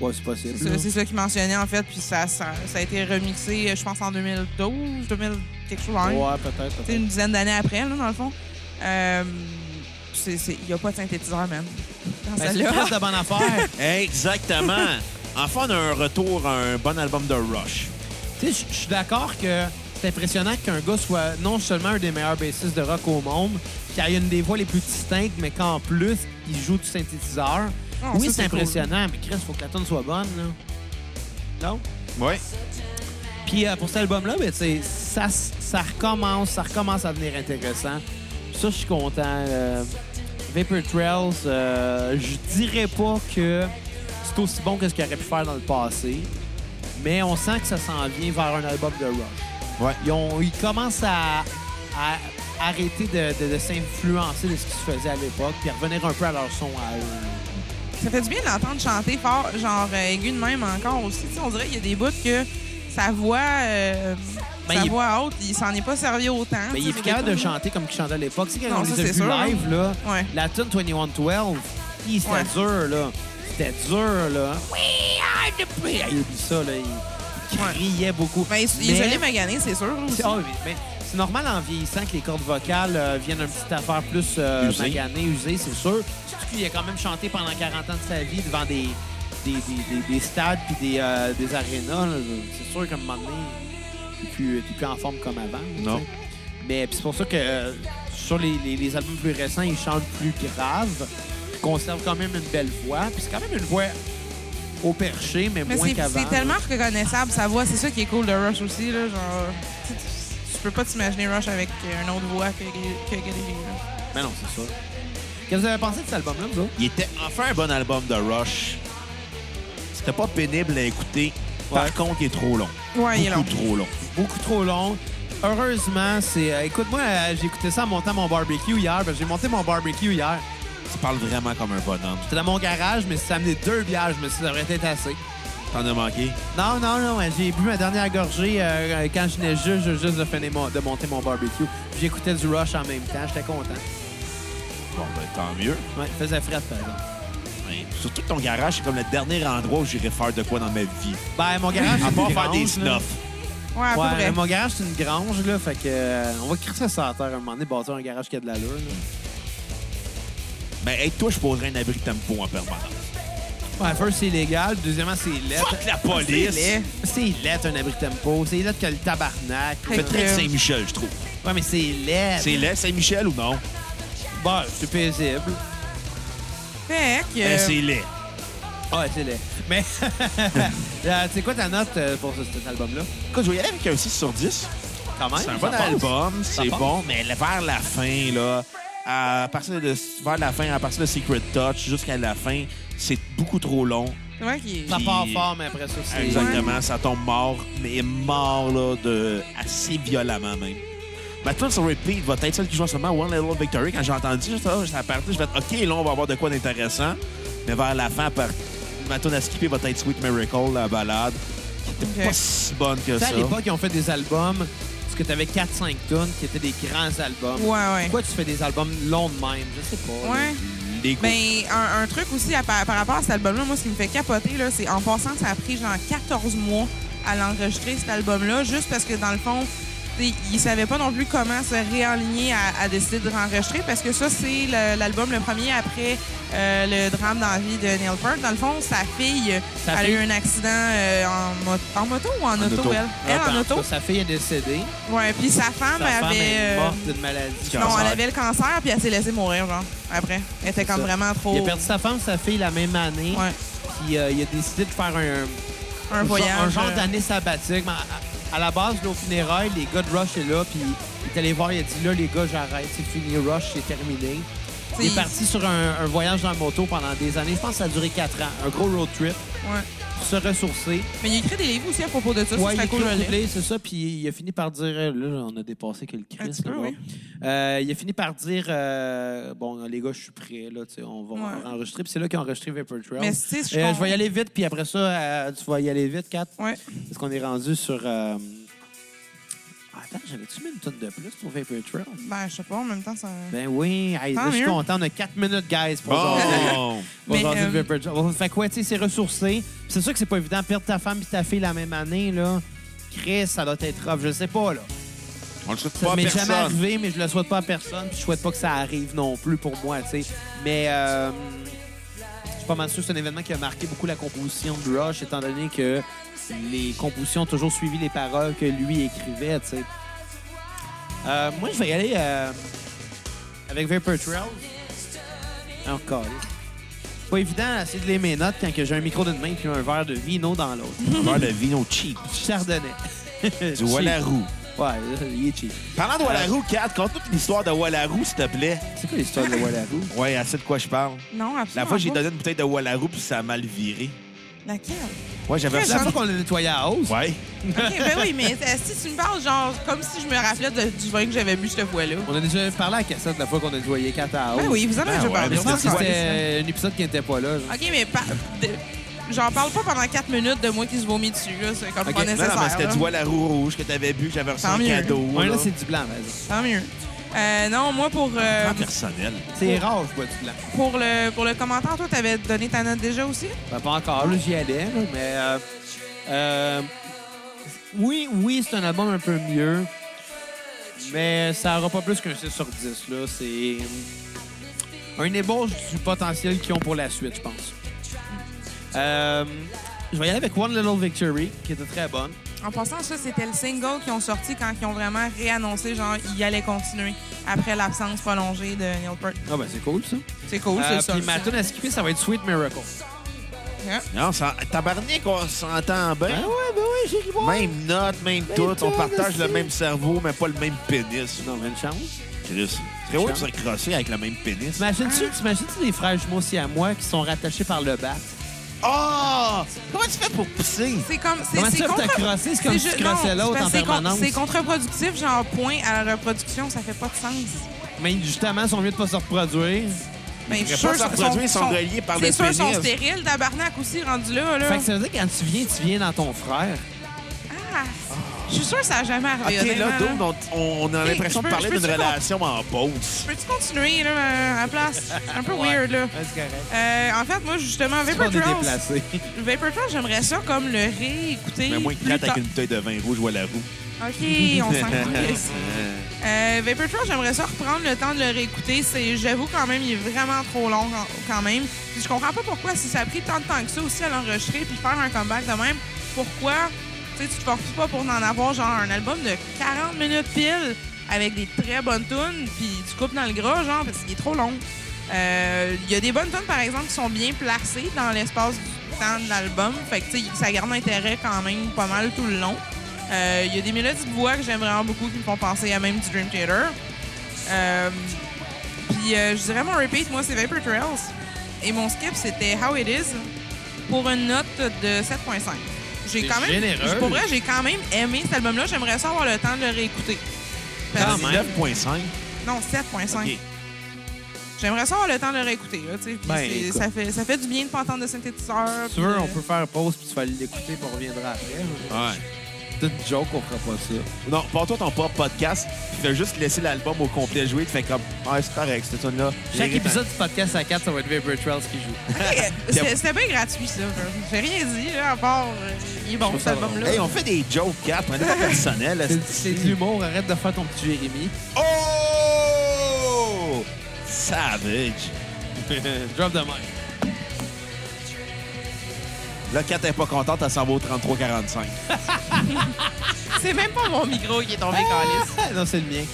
Ouais, c'est c'est possible. ça- C'est ça qu'il mentionnait, en fait, puis ça, ça, ça a été remixé, je pense, en 2012, 2000, quelque chose. en Ouais, même. peut-être. peut-être. Tu sais, une dizaine d'années après, là, dans le fond. Euh, c'est- c'est- Il n'y a pas de synthétiseur, même. Dans Ben, c'est une celle-là. crise de bonne affaire. Exactement. enfin, on a un retour à un bon album de Rush. Tu sais, je je suis d'accord que c'est impressionnant qu'un gars soit non seulement un des meilleurs bassistes de rock au monde, qu'il ait une des voix les plus distinctes, mais qu'en plus, il joue du synthétiseur. Non, oui, Ah, ça, c'est c'est cool. impressionnant, mais Chris, faut que la tune soit bonne, là. Non? Oui. Puis euh, pour cet album-là, ben, tu sais, ça, s- ça recommence, ça recommence à devenir intéressant. Ça, je suis content. Euh, Vapor Trails, euh, je dirais pas que c'est aussi bon que ce qu'il aurait pu faire dans le passé, mais on sent que ça s'en vient vers un album de rock. Ouais. Ils, ont- ils commencent à, à arrêter de, de- de s'influencer de ce qui se faisait à l'époque, puis à revenir un peu à leur son à eux. Ça fait du bien de l'entendre chanter fort, genre euh, aigu de même encore aussi. Tu sais, on dirait qu'il y a des bouts que sa voix, euh, Ben, sa il- voix haute, il s'en est pas servi autant. Mais Tu Ben, il sais, est Hein, c'est plus capable de des- chanter comme qu'il chantait à l'époque. Tu sais, quand Non, on ça, les a c'est vus sûr, hein. live, là, Ouais. la tune 2112, hi, c'était Ouais. dur, là. C'était dur, là. Oui, ah, de- oui, ah, Il oublie ça, là. Il, il Ouais. criait beaucoup. Ben, il, il Mais- se l'est magané, c'est sûr. aussi. c'est ah oui, mais c'est normal en vieillissant que les cordes vocales euh, viennent un petit affaire plus euh, Usées. maganées, usées, c'est sûr. Surtout qu'il a quand même chanté pendant 40 ans de sa vie devant des, des, des, des- des stades puis des, euh, des arénas. là. C'est sûr qu'à un moment donné, t'es plus, t'es plus en forme comme avant. là, Non. tu sais. Mais puis c'est pour ça que euh, sur les, les- les albums plus récents, il chante plus grave. conserve quand même une belle voix. Puis c'est quand même une voix au perché, mais, Mais moins c'est qu'avant. c'est tellement reconnaissable sa voix. C'est ça qui est cool de Rush aussi. Là, genre, tu- tu- tu peux pas t'imaginer Rush avec euh, une autre voix que, que Gary Lee, là. Mais non, c'est ça. Qu'est-ce que vous avez pensé de cet album-là, vous autres? Il était enfin un bon album de Rush. C'était pas pénible à écouter. Ouais. Par contre, il est trop long. Ouais, il est long. Beaucoup trop long. Beaucoup trop long. Heureusement, c'est. euh, écoute, moi, euh, j'ai écouté ça en montant mon barbecue hier. parce que J'ai monté mon barbecue hier. Tu parles vraiment comme un bonhomme. J'étais dans mon garage, mais ça amené deux bières. Je me suis dit, ça aurait été assez. T'en as manqué? Non, non, non. hein, J'ai bu ma dernière gorgée euh, euh, quand je venais juste, juste, juste de, finir mon- de monter mon barbecue. Puis J'écoutais du Rush en même temps. J'étais content. Bon, ben tant mieux. Ouais, il faisait fret, par exemple. Ouais. Surtout que ton garage, c'est comme le dernier endroit où j'irais faire de quoi dans ma vie. Ben, mon garage, À c'est part une faire des grange, là. snuffs. Ouais, à peu Ouais, près. mon garage, c'est une grange, là. Fait que, euh, on va crisser ça à terre à un moment donné, bâtir un garage qui a de l'allure, là. Ben, hey, toi, je poserais un abri tempo en permanence. Ouais, first, c'est illégal. Deuxièmement, Ah, c'est lettre. Fuck la C'est police! laid. C'est lettre, un abri tempo. C'est lettre que le tabarnak. Fait Fait Ouais, très de Saint-Michel, je trouve. mais c'est lettre. C'est laid, Saint-Michel ou non? Bon, c'est paisible. Fait que, Ben, c'est laid. Ouais, c'est laid. Mais, euh, tu sais quoi ta note euh, pour ce- cet album-là? Écoute, je vais y aller avec un 6 sur 10. Quand même. C'est un ça bon passe. album, c'est passe. bon, mais vers la fin, là, à partir de, vers la fin, à partir de Secret Touch jusqu'à la fin, c'est beaucoup trop long. c'est vrai qu'il est- Ça part Puis- fort, mais après ça, c'est... Exactement, ça tombe mort, mais mort, là, de, assez violemment même. Ma tune sur repeat va être celle qui joue en ce moment, One Little Victory. Quand j'ai entendu ça, ça a parti, je vais être OK, là, on va avoir de quoi d'intéressant. Mais vers la fin, par... ma tune à skipper va être Sweet Miracle, la balade, qui était Ok. pas si bonne que Tu sais, ça. à l'époque, ils ont fait des albums parce que t'avais 4-5 tonnes qui étaient des grands albums. Ouais, ouais. Pourquoi tu fais des albums longs de même? Je sais pas. là. Ouais. Les goûts. hein? Ben, un, un truc aussi à par, par rapport à cet album-là, moi, ce qui me fait capoter, là, c'est en passant que ça a pris genre 14 mois à l'enregistrer, cet album-là, juste parce que dans le fond, tu sais, ils savaient pas non plus comment se réaligner à, à décider de renregistrer, parce que ça, c'est le- l'album le premier après euh, le drame dans la vie de Neil Peart. Dans le fond, sa fille, Sa elle fille- a eu un accident euh, en, mo- en moto ou en, auto, auto. elle? Ah, Elle ben, en tout cas, auto. Sa fille est décédée. Ouais, puis sa femme sa femme avait... est euh, morte d'une maladie. Car- non, elle cancer. avait le cancer, puis elle s'est laissée mourir, genre, après. Elle était C'est comme ça. vraiment trop... Il a perdu sa femme, sa fille la même année. Ouais. Puis euh, il a décidé de faire un, un genre- voyage. un genre euh, d'année sabbatique. Mais à, à la base, là, au funérail, les gars de Rush est là. Puis il est allé voir, il a dit là, les gars, j'arrête, c'est fini, Rush, c'est terminé. Il est t'sais, parti sur un, un voyage dans le moto pendant des années. Je pense que ça a duré 4 ans. Un gros road trip ouais. pour se ressourcer. Mais il a écrit des livres aussi à propos de ça. ouais, il ça, a c'est cool. écrit hein. un je l'ai. livre, c'est ça. Puis il a fini par dire... euh, Là, on a dépassé que le Christ. petit peu, là, bon. oui. Euh, il a fini par dire... euh, bon, les gars, je suis prêt. Là, tu sais, on va Ouais. enregistrer. Puis c'est là qu'ils ont enregistré Vapor Trail. Mais tu sais, je Euh, comprends- je vais y aller vite, puis après ça, euh, tu vas y aller vite, Kat. Ouais. Parce qu'on est rendu sur... euh, Ah, Attends, j'avais-tu mis une tonne de plus pour Vapor Trail? Ben, je sais pas, en même temps, ça. Ben oui, Hey, Tant là, je suis mieux. content. On a 4 minutes, guys, pour jaser. Bon! Mais, Mais, euh... euh, Fait que ouais, tu sais, c'est ressourcé. Puis C'est sûr que c'est pas évident de perdre ta femme et ta fille la même année, là. Chris, ça doit être rough. Je sais pas, là. On le souhaite Ça pas à m'est personne. jamais arrivé, mais je le souhaite pas à personne. Puis je souhaite pas que ça arrive non plus pour moi, tu sais. Mais euh, je suis pas mal sûr que c'est un événement qui a marqué beaucoup la composition de Rush, étant donné que les compositions ont toujours suivi les paroles que lui écrivait, tu sais. Euh, moi, je vais y aller euh, avec Vapor Trail. Encore. C'est pas évident d'essayer de lire mes notes quand que j'ai un micro d'une main puis un verre de vino dans l'autre. Beurre de vino cheap. Chardonnay. Du Wallaroo. Cheap. Ouais, il est cheap. Parlant de Wallaroo, Kat, conte-nous toute l'histoire de Wallaroo, s'il te plaît. C'est quoi l'histoire de Wallaroo? Ouais, assez de quoi je parle. Non, absolument. La fois, j'ai pas. donné une bouteille de Wallaroo, puis ça a mal viré. Laquelle? Ouais, j'avais C'est la fois qu'on l'a nettoyé à hausse. Ouais. Ok, ben oui, mais euh, si tu me parles, genre, comme si je me rappelais de- du vin que j'avais bu cette fois-là. On a déjà parlé à la cassette la fois qu'on a nettoyé 4 à hausse. Ben oui, vous en avez Ben déjà ouais, Mais parlé. je pense que euh, c'est pas grave. c'était un épisode qui n'était pas là. genre. Ok, mais par- de- j'en parle pas pendant 4 minutes de moi qui se vomit dessus, là. C'est comme Ok, pas non, non, Non, nécessaire. non, mais c'était là. du Wallaroo rouge que t'avais bu, que j'avais reçu Tant un mieux. cadeau. Ouais, là, là. c'est du blanc, vas-y. Tant mieux. Euh, non, moi, pour, euh, Pas personnel. C'est rare, je bois du blanc. pour, le, pour le commentaire, toi, t'avais donné ta note déjà aussi? Ben, pas encore, là, j'y allais, là, mais. euh, euh, oui, oui, c'est un album un peu mieux, mais ça aura pas plus qu'un 6 sur 10. là. C'est un ébauche du potentiel qu'ils ont pour la suite, je pense. Euh, je vais y aller avec One Little Victory, qui était très bonne. En passant, ça, c'était le single qu'ils ont sorti quand ils ont vraiment réannoncé, genre, ils allaient continuer après l'absence prolongée de Neil Peart. Ah, ben c'est cool ça. C'est cool, Euh, c'est ça. Puis ma tune à skipper, ça va être Sweet Miracle. Yeah. Non, ça- tabarnak, on s'entend bien. ouais, ben ouais, j'ai ri Même note, même tout. tout, On partage le aussi. même cerveau, mais pas le même pénis. Non, mais une chance. Chris. Très haut de se crosser avec le même Ben- pénis. T'imagines-tu t'imagines-tu les frères jumeaux aussi à moi qui sont rattachés par le bat? Oh! Comment tu fais pour pousser? C'est comme. C'est, Comment c'est ça, t'as contre- crossé? C'est comme si ju- tu crossais non, l'autre c'est en parce que c'est con- permanence. C'est contre-productif, genre, point à la reproduction, ça fait pas de sens. Ben, Mais justement, ils sont mieux de pas se reproduire. Mais pourraient pas se reproduire, ils sont reliés par le C'est sûr, ils sont pénis. stériles, tabarnak aussi, rendus là. là. Fait que ça veut dire que quand tu viens, tu viens dans ton frère. Ah, je suis sûr que ça n'a jamais arrivé. OK, Ah, là, honnêtement, Dune, on, on a Hey, l'impression je de peux- parler je peux d'une te con- relation en pause. Peux-tu continuer, là, à la place? C'est un peu weird, là. Ouais, c'est correct. Euh, en fait, moi, justement, On est Vaportrace, déplacé. Vaportrace, j'aimerais ça comme le réécouter. Mais moi, plus il avec tard. une bouteille de vin rouge ou à la roue. OK, on s'en fout. Euh, Vaportrace, j'aimerais ça reprendre le temps de le réécouter. C'est- J'avoue quand même, il est vraiment trop long quand- quand même. Puis je comprends pas pourquoi, si ça a pris tant de temps que ça aussi à l'enregistrer puis faire un comeback de même, pourquoi tu sais, tu te forces pas pour en avoir genre un album de 40 minutes pile avec des très bonnes tunes puis tu coupes dans le gras, genre, parce qu'il est trop long. Euh, Il y a des bonnes tunes, par exemple, qui sont bien placées dans l'espace du temps de l'album. Fait que, tu sais, ça garde intérêt quand même pas mal tout le long. Euh, Il y a des mélodies de voix que j'aime vraiment beaucoup qui me font penser à même du Dream Theater. Euh, Puis euh, je dirais mon repeat, moi, c'est Vapor Trails. Et mon skip, c'était How It Is pour une note de 7.5. J'ai C'est quand même. généreux. Pour vrai, j'ai quand même aimé cet album-là. J'aimerais ça avoir le temps de le réécouter. Quand Parce- même. 9,5. Non, 7.5. OK. J'aimerais ça avoir le temps de le réécouter. Là, tu sais, puis Ben, c'est- écoute. ça, fait, ça fait du bien de pas entendre de synthétiseur. Si tu veux, puis, on euh, peut faire pause puis tu vas l'écouter puis on reviendra après. Ouais. C'est Ah, une joke, on fera pas ça. Non, porte-toi ton propre podcast, puis fais juste laisser l'album au complet jouer, tu fais comme, ah, c'est correct, cette tune-là. Chaque J'ai- épisode du podcast à 4, ça va être Vapor Trails qui joue. Hey, euh, c'est- C'était bien gratuit, ça. là. J'ai rien dit, là, à part. euh, Il est bon, trouve cet ça drôle. album-là. Hey, on fait des jokes, 4, on est pas personnel. C'est- C'est de l'humour, arrête de faire ton petit Jérémy. Oh! Savage. Drop de main. Là, 4 est pas contente, elle s'en va au 33-45. C'est même pas mon micro qui est tombé, Calis. Ah! non, c'est le mien.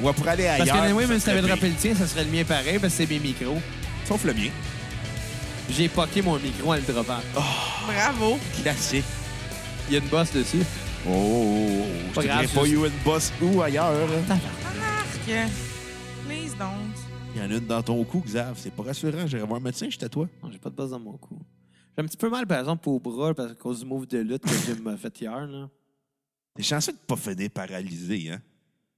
Ou elle pourrait aller ailleurs. Parce que, anyway, ça même si serait t'avais pire. droppé le tien, ça serait le mien pareil, parce que c'est mes micros. Sauf le mien. J'ai poqué mon micro en le droppant. Bravo. Classique. Il y a une bosse dessus. Oh, oh, oh, Pas je te grave, dirais pas juste- You and Boss ou ailleurs. hein. Marc, please don't. Il y en a une dans ton cou, Xav. C'est pas rassurant. J'irai voir un médecin, je toi. Non, j'ai pas de bosse dans mon cou. J'ai un petit peu mal, par exemple, au bras, parce qu'à cause du move de lutte que j'ai m'a fait hier. Là. T'es chanceux de pas finir paralysé, hein?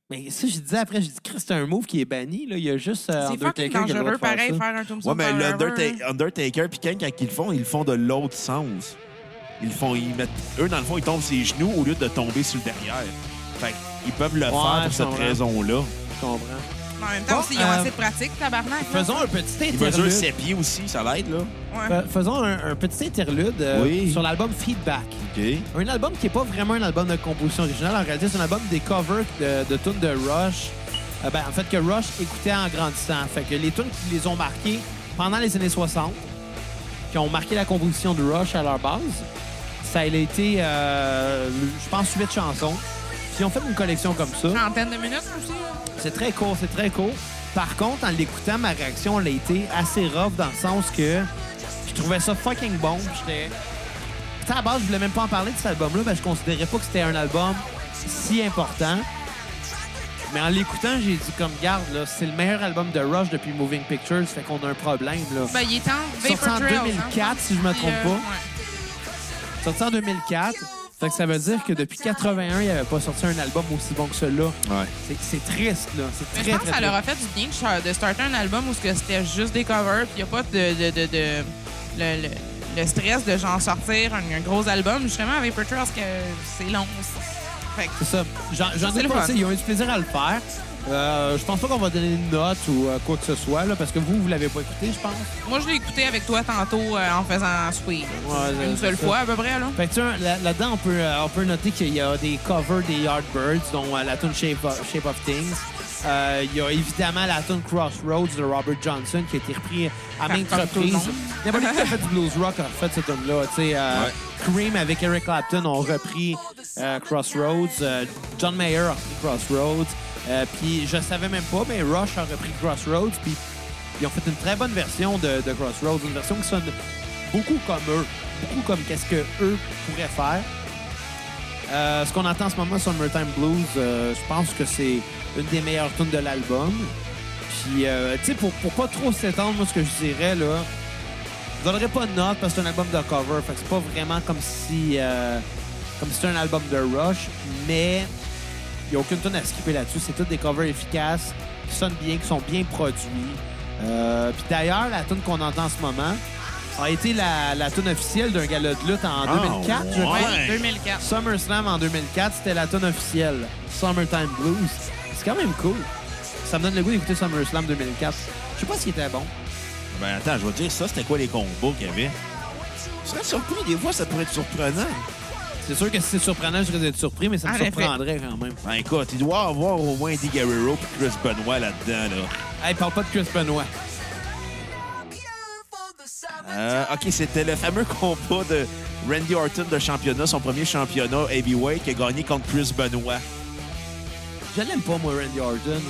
Mais ça, j'ai dit après, j'ai dit, Chris, c'est un move qui est banni. Là. Il y a juste euh, C'est Undertaker fucking qui a le droit dangereux, de faire pareil, ça. faire un tombstone. Ouais, mais forever, là. l'Undertaker hein. Undertaker puis Kane, quand ils le font, ils le font de l'autre sens. Ils le font, ils mettent. Eux, dans le fond, ils tombent sur les genoux au lieu de tomber sur le derrière. Fait qu'ils peuvent le faire je pour cette comprends. raison-là. Je comprends. Mais En même temps, Bon, aussi, ils ont euh, assez de pratique, tabarnak. là. Faisons Euh, un petit Ils mesurent interlude. ses pieds aussi, ça l'aide, là. Ouais. Fa- Faisons un, un petit interlude euh, Oui. sur l'album Feedback. OK. Un album qui n'est pas vraiment un album de composition originale. En réalité, c'est un album des covers de, de tunes de Rush. Euh, ben, en fait, que Rush écoutait en grandissant. Fait que les tunes qui les ont marquées pendant les années 60, qui ont marqué la composition de Rush à leur base, ça a été, euh, je pense, huit chansons. Puis on fait une collection comme ça. Trentaine de minutes aussi. là. C'est très court, c'est très court. Par contre, en l'écoutant, ma réaction elle a été assez rough dans le sens que je trouvais ça fucking bon. puis J'étais. Tu sais, à la base, je voulais même pas en parler de cet album-là parce que je considérais pas que c'était un album si important. Mais en l'écoutant, j'ai dit comme garde, là, c'est le meilleur album de Rush depuis Moving Pictures, fait qu'on a un problème là. Ben, il est temps. Sorti en 2004, si je me trompe euh, pas. pas. Sorti en 2004, fait que ça veut dire que depuis 81, il n'y avait pas sorti un album aussi bon que celui-là. Ouais. C'est- C'est triste là, c'est Mais très je pense que très ça leur triste. a fait du bien de char- de starter un album où ce que c'était juste des covers, puis il n'y a pas de, de, de- de- le, le- le stress de genre sortir un, un gros album. Justement, avec Trails, que c'est long. Fait que C'est ça. J'en- J'en C'est ai le pas. fun. tu sais, Ils ont eu du plaisir à le faire. Euh, je pense pas qu'on va donner une note ou euh, quoi que ce soit, là, parce que vous, vous l'avez pas écouté, je pense. moi, je l'ai écouté avec toi tantôt euh, en faisant Sweet. Ouais, une c'est seule ça. fois, à peu près. Là. Fait que, tu sais, là- là-dedans, on, peut, euh, on peut noter qu'il y a des covers des Yardbirds, dont euh, la tune Shape of, Shape of Things. Euh, Il y a évidemment la tune Crossroads de Robert Johnson qui a été repris à maintes Par- par tout le reprises. monde. N'importe qui qui a fait du blues rock a fait cette tune-là. tu sais, euh, Ouais. Cream avec Eric Clapton ont repris euh, Crossroads. Euh, John Mayer a repris Crossroads. Euh, puis je savais même pas, mais Rush a repris Crossroads. Puis ils ont fait une très bonne version de, de Crossroads, une version qui sonne beaucoup comme eux, beaucoup comme qu'est-ce que eux pourraient faire. Euh, ce qu'on entend en ce moment, Summertime Blues, euh, je pense que c'est une des meilleures tunes de l'album. Puis, euh, tu sais, pour, pour pas trop s'étendre, moi, ce que je dirais, là, je donnerais pas de note parce que c'est un album de cover. Fait que c'est pas vraiment comme si euh, comme si c'était un album de Rush, mais il n'y a aucune tonne à skipper là-dessus. C'est toutes des covers efficaces, qui sonnent bien, qui sont bien produits. Euh, Puis d'ailleurs, la tune qu'on entend en ce moment a été la, la tune officielle d'un gala de lutte en Ah, 2004, je ouais. crois. Ouais, 2004. SummerSlam en 2004, c'était la tune officielle. Summertime Blues. C'est quand même cool. Ça me donne le goût d'écouter SummerSlam 2004. Je sais pas s'il était bon. Ben attends, je vais te dire ça, c'était quoi les combos qu'il y avait? Je serais surpris, des fois ça pourrait être surprenant. C'est sûr que si c'est surprenant, je risque d'être surpris, mais ça me En effet. surprendrait quand même. Ben écoute, il doit y avoir au moins Eddie Guerrero et Chris Benoit là-dedans, là. Hey, parle pas de Chris Benoit. Euh, OK, c'était le fameux combat de Randy Orton de championnat, son premier championnat heavyweight qui a gagné contre Chris Benoit. Je l'aime pas, moi, Randy Orton.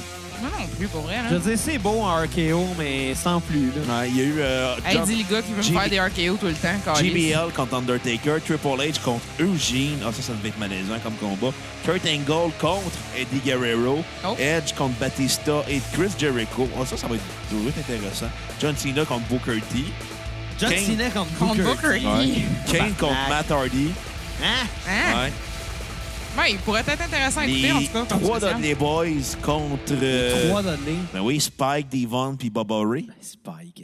Moi non plus, pour vrai. Je Là. veux dire, c'est beau en RKO, mais sans plus. Là. Ouais, il y a eu euh, Hey, John- dis le gars qui veut JB me faire des RKO tout le temps. câlisse. JBL contre Undertaker, Triple H contre Eugene. Ah, ça, ça devait être malaisant comme combat. Kurt Angle contre Eddie Guerrero. Oh. Edge contre Batista et Chris Jericho. Ah, ça, ça va être, ça va être intéressant. John Cena contre Booker T. John Kane. Cena contre Contre Booker. Booker. T. Kane Barnac. contre Matt Hardy. Hein? Hein? Ouais. Ouais, il pourrait être intéressant à écouter, en Les tout cas. comme trois spécial. Dudley Boys contre... euh, Trois Ben, données. Ben oui, Spike, Devon puis Bubba Ray. Spike.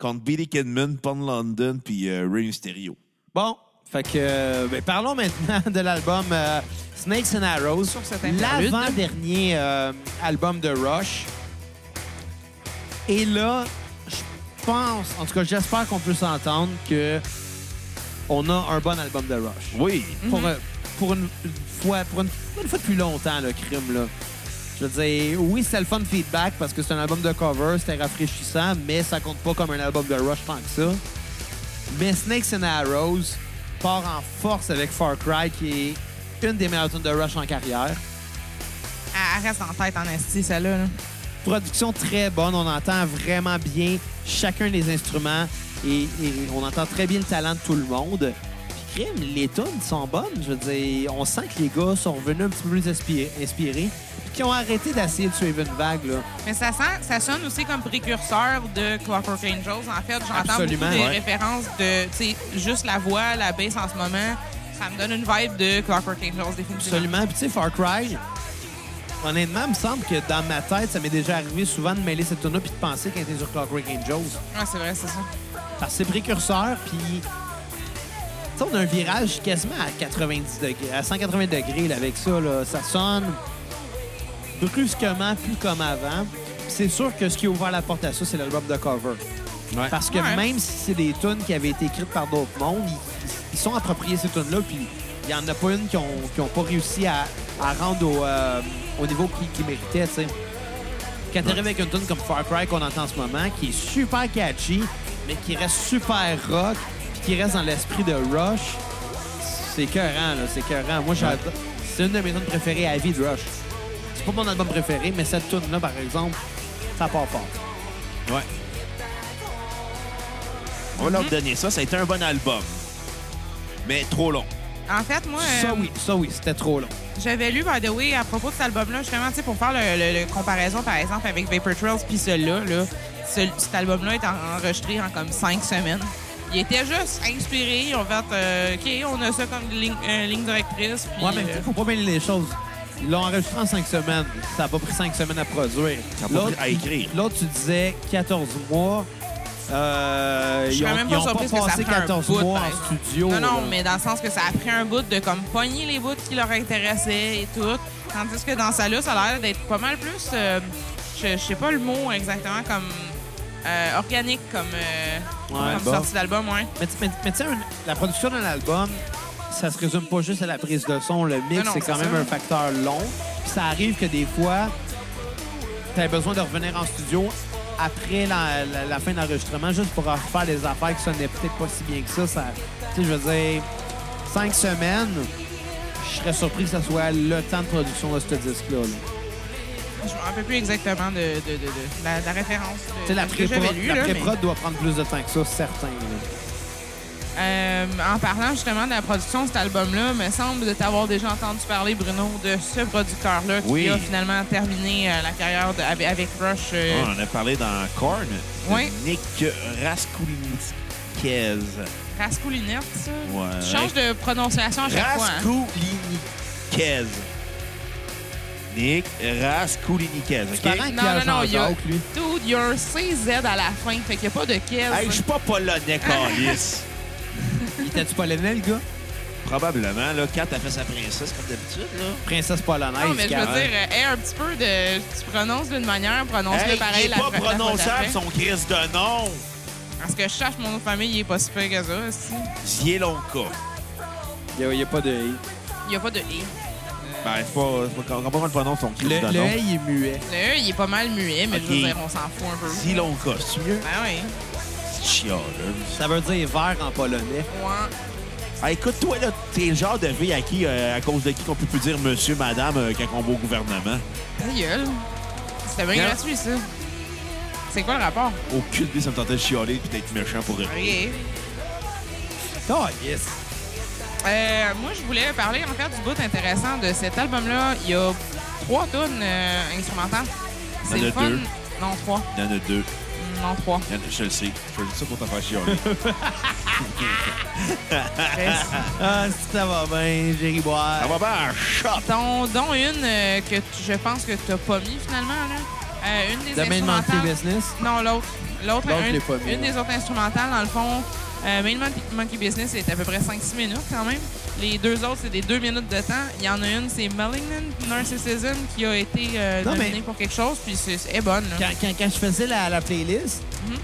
Contre Billy Kidman, Pon London puis euh, Rey Mysterio. Bon, fait que euh, ben, parlons maintenant de l'album euh, Snakes and Arrows, Sur cet interlude. l'avant-dernier euh, album de Rush. Et là, je pense, en tout cas, j'espère qu'on peut s'entendre que on a un bon album de Rush. Oui. Pour, euh, pour une, une fois, pour une, une fois depuis longtemps, le crime là. Je veux dire, oui, c'est le fun feedback parce que c'est un album de cover, c'était rafraîchissant, mais ça compte pas comme un album de Rush tant que ça. Mais Snakes and Arrows part en force avec Far Cry, qui est une des meilleures tunes de Rush en carrière. Elle elle Ah, reste en tête en esti, celle-là. là. Production très bonne, on entend vraiment bien chacun des instruments et, et on entend très bien le talent de tout le monde. Puis, crime, les tunes sont bonnes. Je veux dire, on sent que les gars sont revenus un petit peu plus inspirés, inspirés puis qu'ils ont arrêté d'essayer de suivre une vague, là. Mais ça, sent- ça sonne aussi comme précurseur de Clockwork Angels. En fait, j'entends beaucoup Absolument, des ouais. références de, tu sais, juste la voix, la bass en ce moment. Ça me donne une vibe de Clockwork Angels, définitivement. Absolument. Puis tu sais, Far Cry, honnêtement, il me semble que dans ma tête, ça m'est déjà arrivé souvent de mêler cette tune-là puis de penser qu'elle était sur Clockwork Angels. Ouais, c'est vrai, c'est ça. Parce que c'est précurseur, puis... tu sais, on a un virage quasiment à 90 degrés, à 180 degrés là, avec ça. Là. Ça sonne brusquement plus comme avant. Puis C'est sûr que ce qui a ouvert la porte à ça, c'est l'album de cover. Ouais. Parce que Ouais. même si c'est des tunes qui avaient été écrites par d'autres mondes, ils, ils sont appropriés ces tunes-là, puis il n'y en a pas une qui ont, qui ont pas réussi à, à rendre au, euh, au niveau qu'ils qu'ils méritaient, tu sais. Quand t'arrives avec une tune comme Far Cry qu'on entend en ce moment, qui est super catchy, mais qui reste super rock, puis qui reste dans l'esprit de Rush, c'est écœurant, là, c'est écœurant. Moi, j'adore. C'est une de mes tunes préférées à vie de Rush. C'est pas mon album préféré, mais cette tune-là, par exemple, ça part fort. Ouais. On va leur donner ça. Ça a été un bon album. Mais trop long. En fait, moi, euh, Ça oui, ça oui, c'était trop long. j'avais lu, by the way, à propos de cet album-là, justement, tu sais, pour faire le, le- le comparaison, par exemple, avec Vapor Trails puis celui-là, là, ce- cet album-là est en- enregistré en comme cinq semaines. Il était juste inspiré. Ils ont fait, euh, OK, on a ça comme ligne, euh, ligne directrice. puis, Ouais, mais euh, faut pas mêler les choses. Ils l'ont enregistré en cinq semaines. Ça a pas pris cinq semaines à produire. Ça a pas L'autre- pris à écrire. L'autre, tu disais 14 mois. Euh, Je ils suis ont, même ils pas ont surprise pas que ça passé prend un 14 bout, mois par en exemple. studio. Non, non, là. mais dans le sens que ça a pris un bout de comme pogner les bouts qui leur intéressaient et tout. Tandis que dans ça là, ça a l'air d'être pas mal plus, euh, je, je sais pas le mot exactement, comme euh, organique comme, euh, Ouais, comme bon. sortie d'album, ouais. Mais, tu- mais- mais tu sais, un- la production d'un album, ça se résume pas juste à la prise de son. Le mix, Non, non, c'est quand c'est même ça. un facteur long. Puis ça arrive que des fois, tu as besoin de revenir en studio après la, la- la fin de l'enregistrement juste pour refaire des affaires qui sonnaient peut-être pas si bien que ça. ça tu sais, je veux dire, cinq semaines, je serais surpris que ça soit le temps de production de ce disque-là. là. Je me rappelle plus exactement de, de- de- de- la, la référence. de- Tu sais, la de ce que j'avais pré-prod lu, la là, pré-prod doit prendre plus de temps que ça, certain. là. mais, euh, en parlant justement de la production de cet album-là, me semble de t'avoir déjà entendu parler, Bruno, de ce producteur-là qui Oui. a finalement terminé euh, la carrière de- avec, avec Rush. euh, Ah, on en a parlé dans Korn. Oui. Nick Raskulinskez. Rascoulinette, ça? Ouais. Tu changes de prononciation à chaque fois. hein? Raskulinikez. Nick Raskulinikez, C'est OK? pareil Non, qu'il y a non, non, il y a- Jean-Jacques, lui. Dude, il y a un CZ à la fin, fait qu'il n'y a pas de E quel. Hey, je suis pas polonais, Carlis. Il était-tu polonais, le gars? Probablement, là, Kat a fait sa princesse, comme d'habitude, là. Princesse polonaise. non, mais je veux Karen. dire, euh, aie un petit peu de. Tu prononces d'une manière, prononce-le Hey, pareil il la est pas la fois prononçable, d'après. son Christ de nom. Parce que je cherche mon nom de famille, il est pas super que ça. aussi. Zielonka. Il n'y a, pas de I. Il n'y a pas de E. Ben, c'est pas... c'est pas- Comment on le prononce, son Christ Le, de le nom? A, il est muet. Le E, il est pas mal muet, mais je veux Ok. dire, on s'en fout un peu. Zielonka, c'est mieux? Ben oui. Chialeuse. Ça veut dire vert en polonais. Ouais. Ah, écoute, toi, là, t'es le genre de vie à qui, euh, à cause de qui qu'on peut plus dire monsieur, madame euh, quand on va au gouvernement. Ta gueule. C'était bien Non. gratuit, ça. C'est quoi le rapport? Aucune idée, ça me tentait de chialer puis d'être méchant pour eux. Ok. Oh, yes! Euh, moi, je voulais parler en fait du bout intéressant de cet album-là. Il y a trois tonnes instrumentales. C'est Il y en a le fun. deux. Non, trois. Il y en a deux. Non, trois. Il y en a- je le sais. Je le dis ça pour t'en faire chialer. Reste. Ah, si ça va bien, Jerry Boire. Ça va bien, Ah. shot! dont, dont une euh, que tu- je pense que t'as pas mis finalement. Là. Euh, une des Demain, instrumentales. manquer business. Non, l'autre. L'autre, L'autre, un- je l'ai pas mis, une ouais. des autres instrumentales, dans le fond. Euh, Main Monkey, Monkey Business est à peu près 5-6 minutes quand même. Les deux autres, c'est des deux minutes de temps. Il y en a une, c'est Malignant Narcissism qui a été euh, Non, nominée mais- pour quelque chose, puis c'est elle est bonne. là. Quand, quand, quand je faisais la, la playlist, Mm-hmm.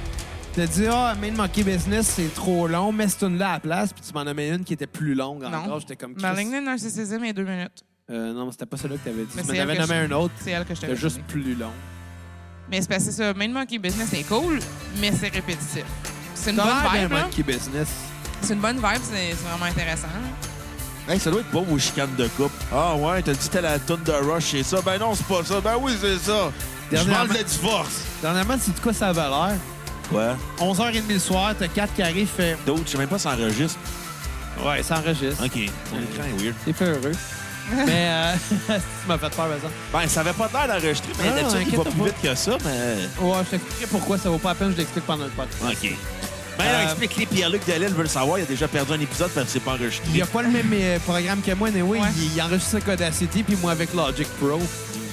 t'as dit, ah, Main Monkey Business, c'est trop long, mets cette tune-là à la place, puis tu m'en as mis une qui était plus longue Non. encore. J'étais comme Chris. Malignant Narcissism est deux minutes. Euh, non, mais c'était pas celle-là que t'avais dit. Mais tu c'est m'en avais elle que nommé un autre, C'est elle que je t'avais c'était juste donnée. plus long. Mais c'est parce que ça. Main Monkey Business, c'est cool, mais c'est répétitif. C'est une bonne T'as l'air vibe, d'un là. Monkey Business. C'est une bonne vibe, c'est c'est vraiment intéressant. là. Hey, ça doit être bon vos chicanes de couple. Ah ouais, t'as dit t'as la tonne de Rush, c'est ça. Ben non, c'est pas ça. Ben oui, c'est ça. Je Dernièrement- parle de divorce. Dernièrement, c'est de quoi ça avait l'air? Quoi? 11h30 le soir, t'as 4 qui arrivent, fait. D'autres, je sais même pas ça enregistre. Ouais, ça enregistre. OK. Ton écran est weird. T'es peu heureux. mais euh, tu m'as fait peur, par exemple. Ben, ça avait pas l'air d'enregistrer, mais Ah, d'habitude, il va inquiète-toi plus vite que ça, mais... euh, Ouais, je t'expliquerai pourquoi ça vaut pas la peine, je l'explique pendant le podcast. OK. Ben, Euh, explique-les. Pierre-Luc Delisle veut le savoir. Il a déjà perdu un épisode parce que c'est pas enregistré. Il a pas le même euh, programme que moi, anyway. Ouais. Il, il enregistre ça Codacity, puis moi avec Logic Pro. Ah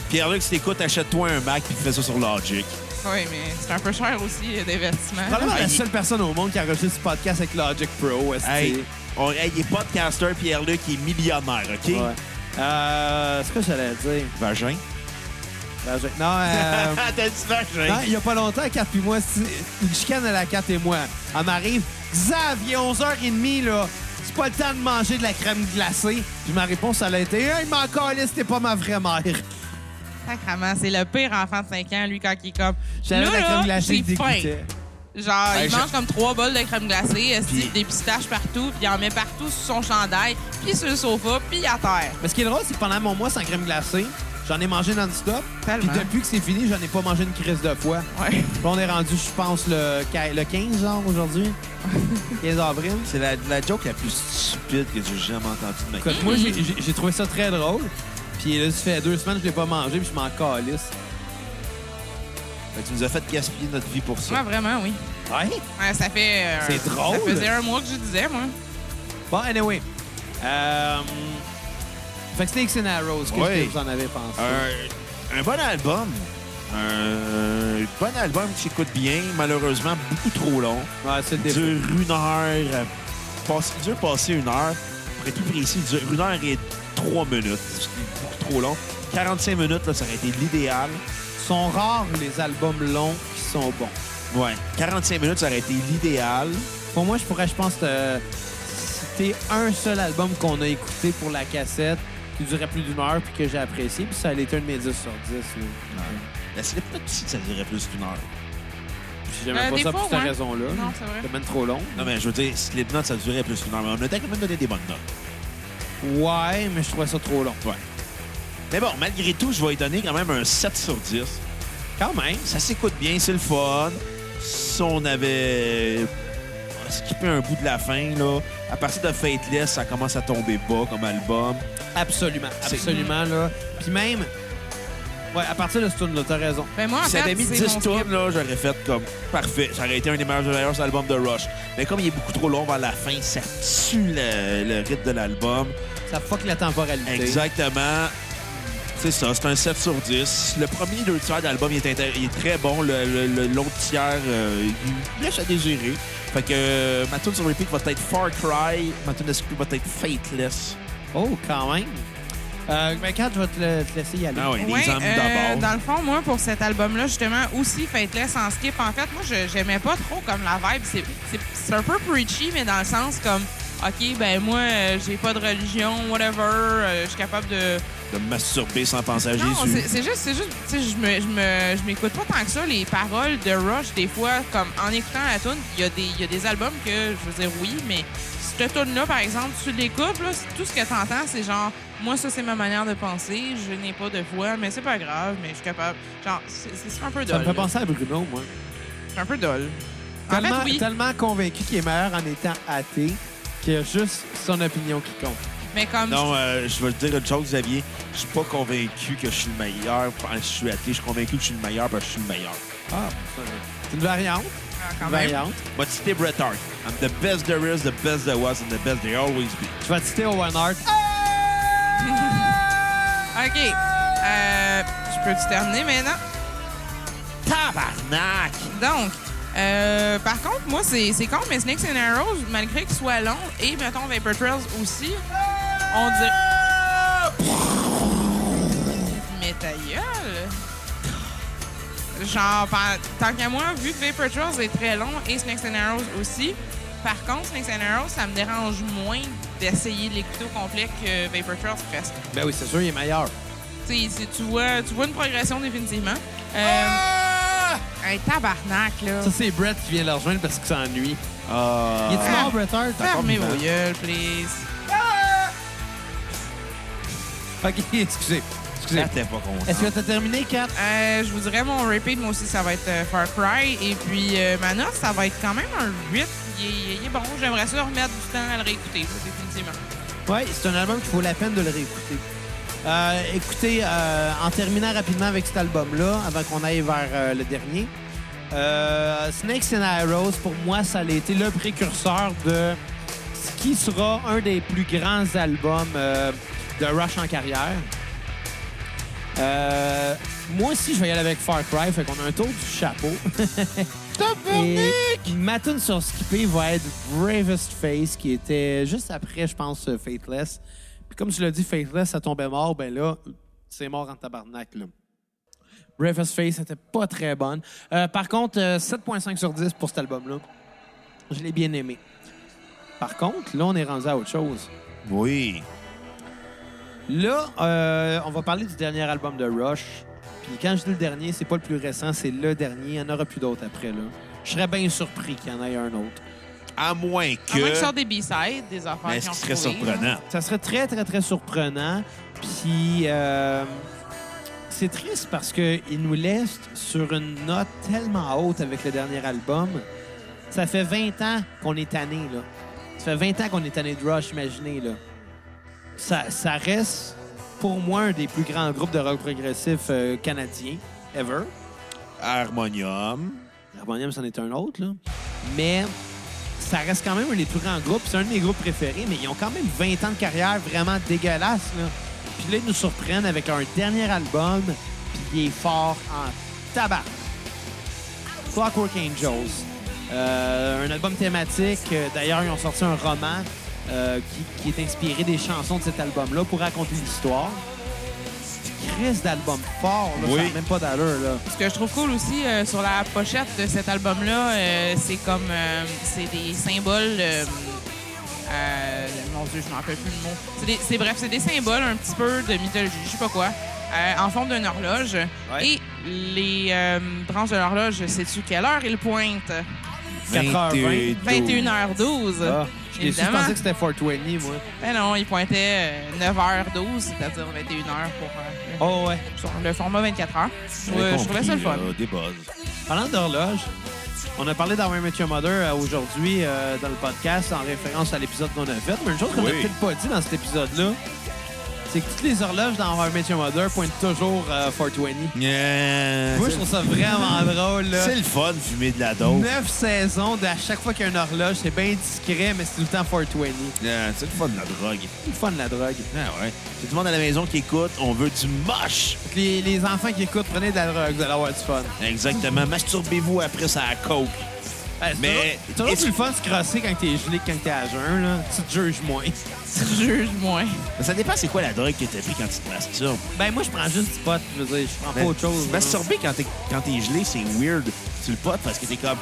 Pierre-Luc, si t'écoutes, achète-toi un Mac puis fais ça sur Logic. Oui, mais c'est un peu cher aussi, euh, des vêtements. Probablement Ah, la il- seule personne au monde qui enregistre ce podcast avec Logic Pro. esti. Hey, on, hey, il est podcaster, Pierre-Luc, il est millionnaire, OK? Ouais. Euh, c'est quoi que j'allais dire? Vagin. Logic- Non, euh, T'as dit non, vagin. Hein? il y a pas longtemps, Kat puis moi, c'est- une chicane à la 4 et moi. Elle m'arrive, Xavier, 11h30, là. C'est pas le temps de manger de la crème glacée. Puis ma réponse, elle a été, hey, mais encore là, c'était pas ma vraie mère. Sacrement, c'est le pire enfant de 5 ans, lui, quand il est comme. J'avais Là, la là, crème glacée j'ai qui faim. dégoûtait. Genre, Hey, il je- mange comme trois bols de crème glacée, esti, Puis- des pistaches partout, puis il en met partout sur son chandail, puis sur le sofa, puis à terre. Mais ce qui est drôle, c'est que pendant mon mois sans crème glacée, j'en ai mangé non-stop. Puis Tellement. depuis que c'est fini, j'en ai pas mangé une crise de fois. Ouais. Puis on est rendu, je pense, le, qui- le 15, genre, aujourd'hui. 15 avril. C'est la, la joke la plus stupide que j'ai jamais entendue de ma vie. Écoute, moi, j'ai- j'ai j'ai trouvé ça très drôle. Puis là, ça fait deux semaines que je l'ai pas mangé, puis je m'en calisse. Fait que Tu nous as fait gaspiller notre vie pour Ouais, ça. vraiment, oui. Ouais? Ouais, ça fait. euh, C'est drôle. Ça faisait un mois que je disais, moi. Bon, anyway. Euh... Fait que c'était X and Arrows. Qu'est-ce Ouais. que vous en avez pensé? Un, un bon album. Un bon album qui s'écoute bien, malheureusement beaucoup trop long. Ouais, c'est le Il défaut. dure une heure. euh, Passe, il dure passer une heure. Pour être plus précis, il dure une heure et trois minutes. C'est beaucoup trop long. 45 minutes, là, ça aurait été l'idéal. sont rares les albums longs qui sont bons. Ouais. 45 minutes, ça aurait été l'idéal. Pour moi, je pourrais, je pense, euh, citer un seul album qu'on a écouté pour la cassette qui durait plus d'une heure puis que j'ai apprécié. Puis ça a été un de mes 10 sur 10. là. La slip, peut-être aussi que ça durait plus d'une heure. Je J'aimais Euh, pas des ça fois, pour cette ouais. raison-là. Non, c'est vrai. C'était même trop long. Non, mais je veux dire, Slipknot, ça durait plus qu'une heure. Mais on a quand même donné des bonnes notes. Ouais, mais je trouvais ça trop long. Ouais. Mais bon, malgré tout, je vais lui donner quand même un 7 sur 10. Quand même. Ça s'écoute bien, c'est le fun. Si on avait skippé un bout de la fin, là, à partir de Fateless, ça commence à tomber bas comme album. Absolument. C'est- Absolument, là. Puis même... Ouais, à partir de ce tour-là, t'as raison. Ben moi, en Si ça fait, avait mis c'est 10 mon skip. tours, là, j'aurais fait comme parfait. Ça aurait été un des meilleurs, meilleurs albums de Rush. Mais comme il est beaucoup trop long vers la fin, ça tue le, le rythme de l'album. Ça fuck la temporalité. Exactement. C'est ça, c'est un 7 sur 10. Le premier deux tiers d'album, il est, intér- il est très bon. Le, le- le- l'autre tiers, euh, il laisse à désirer. Fait que euh, ma tune sur repeat va être Far Cry. Ma tune de skip va être Fateless. Oh, quand même. Euh, ben, Kat, je vais te, le- te laisser y aller. Ah oui, Ouais, les hommes euh, d'abord. dans le fond, moi, pour cet album-là, justement, aussi Fateless en skip, en fait, moi, je j'aimais pas trop comme la vibe. C'est- c'est- C'est un peu preachy, mais dans le sens comme, OK, ben moi, euh, j'ai pas de religion, whatever, euh, je suis capable de... De me masturber sans penser à Non, Jésus. c'est c'est juste, c'est juste, tu sais, je me- je me- je m'écoute pas tant que ça, les paroles de Rush, des fois, comme en écoutant la tune, il y, a des- il y a des albums que, je veux dire, oui, mais cette tune-là, par exemple, tu l'écoutes, là, c'est- tout ce que t'entends, c'est genre, moi, ça, c'est ma manière de penser, je n'ai pas de voix, mais c'est pas grave, mais je suis capable. Genre, c'est c'est un peu Ça dol. me fait là. penser à Bruno, moi. C'est un peu dol. En fait, Tellement, oui, tellement convaincu qu'il est meilleur en étant athée qu'il y a juste son opinion qui compte. mais comme. Non, euh, je vais te dire une chose, Xavier. Je suis pas convaincu que je suis le meilleur parce que je suis athée. Je suis convaincu que je suis le meilleur parce que je suis le meilleur. Ah, c'est une variante. Ah, quand Une même. variante. Moi, citer Bret Hart. I'm the best there is, the best there was, and the best there always be. Je vais te citer Owen Hart. OK. Euh, je peux-tu terminer maintenant? Tabarnak! Donc, euh, par contre, moi, c'est c'est con, mais Snakes and Arrows, malgré qu'il soit long, et mettons Vapor Trails aussi, on dirait. Mais ta gueule! Genre, pen- tant qu'à moi, vu que Vapor Trails est très long et Snakes and Arrows aussi, par contre, Snakes and Arrows, ça me dérange moins d'essayer de l'écouter au complet que Vapor Trails presque. Ben oui, c'est sûr, il est meilleur. Tu sais, c'est- tu vois, tu vois une progression définitivement. Euh, Ah! hey, tabarnak, là. Ça, c'est Brett qui vient le rejoindre parce qu'il s'ennuie. Ah. Il est mort, Bret Hart? Fermez vivant. vos gueules, please. Ah. OK, excusez. Excusez. C'était pas Est-ce que content. t'as terminé, Kat? Euh, je vous dirais mon repeat, moi aussi, ça va être euh, Far Cry. Et puis, euh, ma note, ça va être quand même un 8. Il est, il est bon. J'aimerais ça remettre du temps à le réécouter, là, définitivement. Oui, c'est un album qui vaut la peine de le réécouter. Euh, écoutez, euh, en terminant rapidement avec cet album-là, avant qu'on aille vers euh, le dernier, euh, Snakes and Arrows, pour moi, ça a été le précurseur de ce qui sera un des plus grands albums euh, de Rush en carrière. Euh, moi aussi, je vais y aller avec Far Cry, fait qu'on a un tour du chapeau. Et ma tune sur Skippy va être Bravest Face, qui était juste après, je pense, euh, Faithless. Puis comme tu l'as dit, Faithless, ça tombait mort. Ben là, c'est mort en tabarnak, là. Bravest Face n'était pas très bonne. Euh, par contre, euh, 7.5 sur 10 pour cet album-là. Je l'ai bien aimé. Par contre, là, on est rendu à autre chose. Oui. Là, euh, on va parler du dernier album de Rush. Puis quand je dis le dernier, c'est pas le plus récent, c'est le dernier. Il n'y en aura plus d'autres après, là. Je serais bien surpris qu'il y en ait un autre. À moins À moins qu'ils que. sortent des B-sides, des affaires Mais qui ce ont qui serait trouvé, là. surprenant. Ça serait très, très, très surprenant. Puis euh, c'est triste parce qu'il nous laisse sur une note tellement haute avec le dernier album. Ça fait 20 ans qu'on est tanné, là. Ça fait 20 ans qu'on est tanné de Rush, imaginez, là. Ça, ça reste, pour moi, un des plus grands groupes de rock progressif euh, canadien ever. Harmonium. Harmonium, c'en est un autre, là. Mais ça reste quand même un des plus grands groupes. C'est un de mes groupes préférés, mais ils ont quand même 20 ans de carrière vraiment dégueulasse, là. Puis là, ils nous surprennent avec un dernier album, puis il est fort en tabac. Clockwork Angels. Euh, un album thématique. Euh, D'ailleurs, ils ont sorti un roman euh, qui, qui est inspiré des chansons de cet album-là pour raconter l'histoire. Crise d'album fort, là. Oui. Ça n'a même pas d'allure, là. Ce que je trouve cool aussi euh, sur la pochette de cet album-là, euh, c'est comme. euh, c'est des symboles. euh, euh, mon Dieu, je m'en rappelle plus le mot. C'est des- C'est bref, c'est des symboles un petit peu de mythologie, je sais pas quoi. euh, en forme d'une horloge. Et les euh, branches de l'horloge, sais-tu quelle heure ils pointent? 4h20. 21h12. Ah, je suis déçu, je Évidemment. pensais que c'était 420, moi. Ben non, ils pointaient euh, 9h12, c'est-à-dire 21h pour euh, Oh, ouais. sur le format 24h. Je, je trouvais ça le fun. Des buzz. Parlant d'horloge, on a parlé d'Harry Met Your Mother euh, aujourd'hui euh, dans le podcast en référence à l'épisode qu'on a fait. Mais une chose qu'on n'a Oui. peut-être pas dit dans cet épisode-là, c'est que toutes les horloges dans Harry Met Your Mother pointent toujours euh, 420. Moi, Yeah, je Euh, c'est- trouve ça vraiment drôle. Là. C'est le fun, fumer de la dope. Neuf saisons, de à chaque fois qu'il y a une horloge, c'est bien discret, mais c'est tout le temps 420. Yeah, Euh, C'est le fun de la drogue. C'est le fun, la drogue. Ah ouais. C'est tout le monde à la maison qui écoute. On veut du moche. Fait que Les, les enfants qui écoutent, prenez de la drogue, vous allez avoir du fun. Exactement. Masturbez-vous après ça à coke. Ouais, Ben, c'est Mais- toujours- c'est toujours est-ce- plus le fun de se crosser quand t'es gelé que quand t'es à jeun. Là. Tu te juges moins. Tu juges moins. Mais ça dépend c'est quoi la drogue que t'as pris quand tu te masturbes. Ben, moi, je prends juste du pot. Je veux dire, je prends pas autre chose. là. Masturber quand t'es, quand t'es gelé, c'est weird. Tu le potes parce que t'es comme...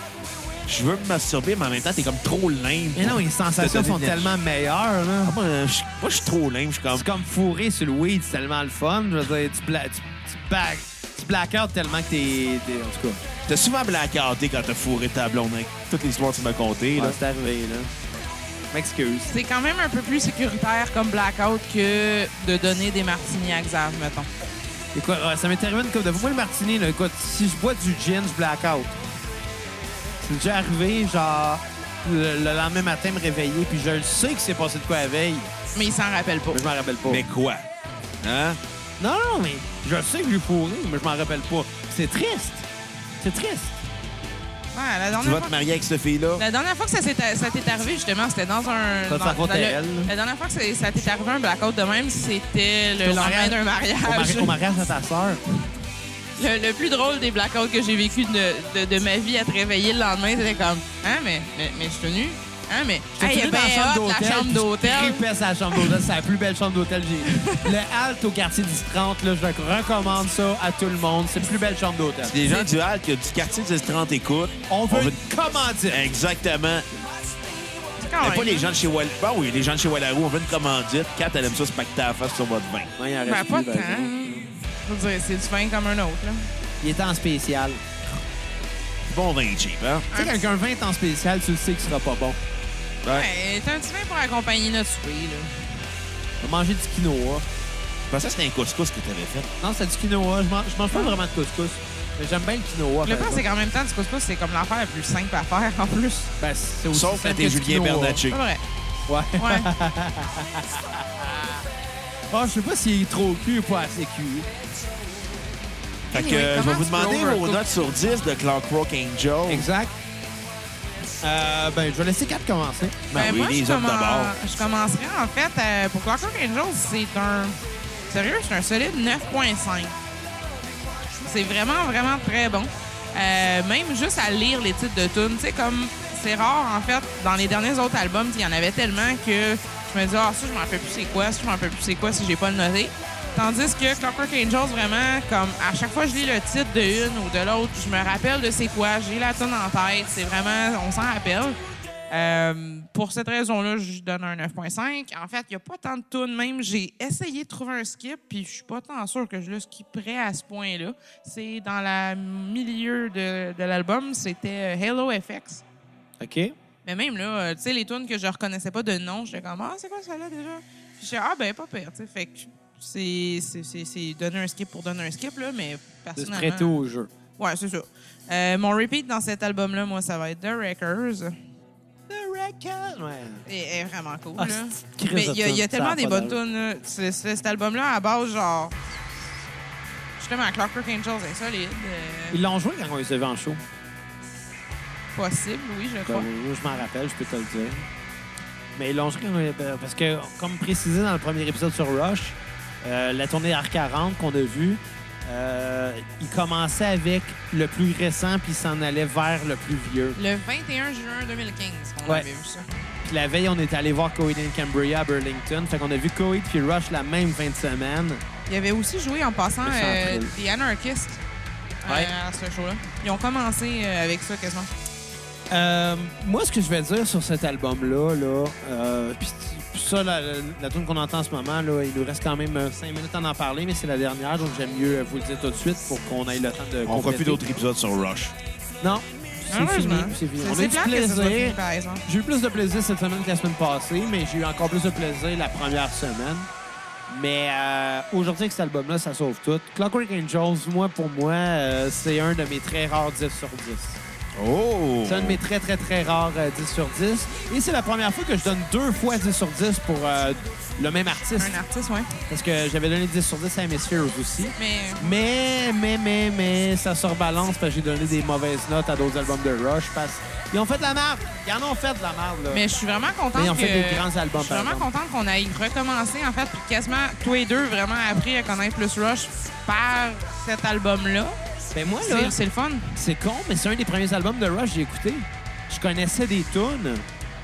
Je veux me masturber, mais en même temps, t'es comme trop lame. Mais non, les sensations Te sont donner de la- tellement meilleures. Là. Moi, euh, je moi, je suis trop lame. Je suis comme... C'est comme fourré sur le weed, c'est tellement le fun. Je veux dire, tu, bla... tu, tu back- tu black out tellement que t'es. t'es- En tout cas, T'as souvent blackouté quand t'as fourré ta blonde. Avec toutes les histoires que tu m'as contées. là. ouais, c'est arrivé, là. M'excuse. C'est quand même un peu plus sécuritaire comme blackout que de donner des martinis à Xav, mettons. Écoute, euh, ça m'est arrivé une couple de fois. Moi, le martini, là, écoute, si je bois du gin, je blackout. C'est déjà arrivé, genre, le, le lendemain matin, me réveiller, puis je le sais que c'est passé de quoi la veille, Mais il s'en rappelle pas. mais je m'en rappelle pas. Mais quoi? Hein? Non, non, mais je le sais que j'ai pourri, mais je m'en rappelle pas. C'est triste. C'est triste. Ouais, la, Tu dernière vas te fois, marier avec cette fille-là? Ben, la dernière fois que ça s'est ça t'est arrivé, justement, c'était dans un. Ça, dans- ça va, dans t'es le- elle. la dernière fois que c'est- ça t'est arrivé un blackout de même, c'était au le lendemain mariage. d'un Au, mari- mariage. au mariage de ta sœur. Le, le plus drôle des blackouts que j'ai vécu de, de- de ma vie à te réveiller le lendemain, c'était comme Hein, mais, mais, mais je suis tenu. Hein, mais. J'ai Hey, tenu ben dans la chambre hot, d'hôtel. la chambre puis je d'hôtel. tripais sur la chambre d'hôtel. C'est la plus belle chambre d'hôtel que j'ai. Le Halt au quartier du 30, là, je le recommande ça à tout le monde. C'est la plus belle chambre d'hôtel. Les gens du Hall, du quartier du 30 écoutent. On veut, On veut- une Ah commandite. Exactement. Quand Mais même. pas hein? les gens de chez Wallaroo. Ah oui, les gens de chez Wallaroo, on veut une commandite. Kat, elle aime ça se pacter à la face sur votre vin. Non, il en Ben, reste pas plus, tant. par exemple. Je veux dire, c'est du vin comme un autre. Là. Il est en spécial. Bon vin cheap, hein? Tu sais, quand un vin est en spécial, tu le sais qu'il sera pas bon. Ouais, t'as un petit vin pour accompagner notre souper. Là. Je vais manger du quinoa. Je pensais que c'était un couscous que t'avais fait. Non, c'est du quinoa. Je mange, je mange pas vraiment de couscous. Mais j'aime bien le quinoa. Le par pire, c'est exemple. qu'en même temps, du couscous, c'est comme l'affaire la plus simple à faire en plus. Ben, c'est aussi Sauf simple quand que t'es du Julien quinoa. Bernatchez. C'est pas vrai. Ouais. Ouais. Ah, je sais pas s'il est trop cul ou pas assez cul. Fait que Anyway, euh, je vais comment vous tu demander peux vos overcook? notes sur 10 de Clockwork Angel. Exact. Euh, ben, je vais laisser 4 commencer. Ben oui, moi, les je hommes commen- d'abord. Je commencerai en fait euh, pour Clockwork Angels, c'est un. Sérieux, c'est un solide 9.5. C'est vraiment, vraiment très bon. Euh, même juste à lire les titres de tunes, tu sais, comme c'est rare en fait, dans les derniers autres albums, il y en avait tellement que je me dis, ah, ça, je m'en rappelle plus c'est quoi, ça, je m'en rappelle plus c'est quoi si j'ai pas le noté. Tandis que Clockwork Angels, vraiment, comme à chaque fois que je lis le titre de une ou de l'autre, je me rappelle de c'est quoi, j'ai la tune en tête, c'est vraiment, on s'en rappelle. Euh, pour cette raison-là, je donne un 9.5. En fait, il n'y a pas tant de tunes. Même, j'ai essayé de trouver un skip, puis je suis pas tant sûr que je le skipperais à ce point-là. C'est dans le milieu de, de l'album, c'était euh, Hello FX. OK. Mais même là, euh, tu sais, les tunes que je reconnaissais pas de nom, j'étais comme, ah, c'est quoi ça là déjà? Puis j'étais, ah, ben, pas pire, tu sais. Fait que c'est- c'est- c'est c'est donner un skip pour donner un skip, là, mais C'est personnellement. très tôt au jeu. Ouais, c'est ça. Euh, mon repeat dans cet album-là, moi, ça va être The Wreckers. Ouais. est, est vraiment cool. Ah, là. c'est une crise Mais de il y a, il y a tune, ça tellement a des pas bonnes d'allure. tunes. là. C'est- c'est- Cet album-là, à base, genre. Justement, Clockwork Angels est solide. euh, Ils l'ont joué quand on les avait en show. possible, oui, je Comme, crois. moi, je m'en rappelle, je peux te le dire. Mais ils l'ont joué quand on avait- Parce que, comme précisé dans le premier épisode sur Rush, euh, la tournée R40 qu'on a vue, euh, ils commençaient avec le plus récent, puis ils s'en allaient vers le plus vieux. Le 21 juin 2015, on Ouais. avait vu ça. Puis la veille, on est allé voir Coheed and Cambria à Burlington. Fait qu'on a vu Coheed puis Rush la même fin de semaine. Il avait aussi joué en passant Mais ça, euh, après. The Anarchist euh, Ouais. à ce show-là. Ils ont commencé euh, avec ça quasiment. Euh, moi, ce que je vais dire sur cet album-là, là, euh, puis ça, la, la, la tune qu'on entend en ce moment, là, il nous reste quand même euh, cinq minutes à en parler, mais c'est la dernière, donc j'aime mieux euh, vous le dire tout de suite pour qu'on ait le temps de. On fera compléter. plus d'autres épisodes sur Rush. Non, c'est fini. Malheureusement. C'est fini. C'est- On a C'est eu du plate que Ah ben, ça soit fini, plaisir. par exemple. J'ai eu plus de plaisir cette semaine que la semaine passée, mais j'ai eu encore plus de plaisir la première semaine. Mais euh, aujourd'hui, avec cet album-là, ça sauve tout. Clockwork Angels, moi, pour moi, euh, c'est un de mes très rares 10 sur 10. Oh! C'est un de mes très, très, très rares euh, 10 sur 10. Et c'est la première fois que je donne deux fois 10 sur 10 pour euh, le même artiste. Un artiste, oui. Parce que j'avais donné 10 sur 10 à Hemispheres aussi. Mais euh, Mais, mais, mais, mais, ça se rebalance parce que j'ai donné des mauvaises notes à d'autres albums de Rush parce qu'ils ont fait de la merde. Ils en ont fait de la merde, là. Mais je suis vraiment contente Mais ils ont que... fait des grands albums, Je suis par vraiment exemple. contente qu'on aille recommencer, en fait, puis quasiment tous les deux vraiment appris à connaître plus Rush par cet album-là. Ben moi, là, C'est c'est le fun. c'est con, mais c'est un des premiers albums de Rush que j'ai écouté. Je connaissais des tunes,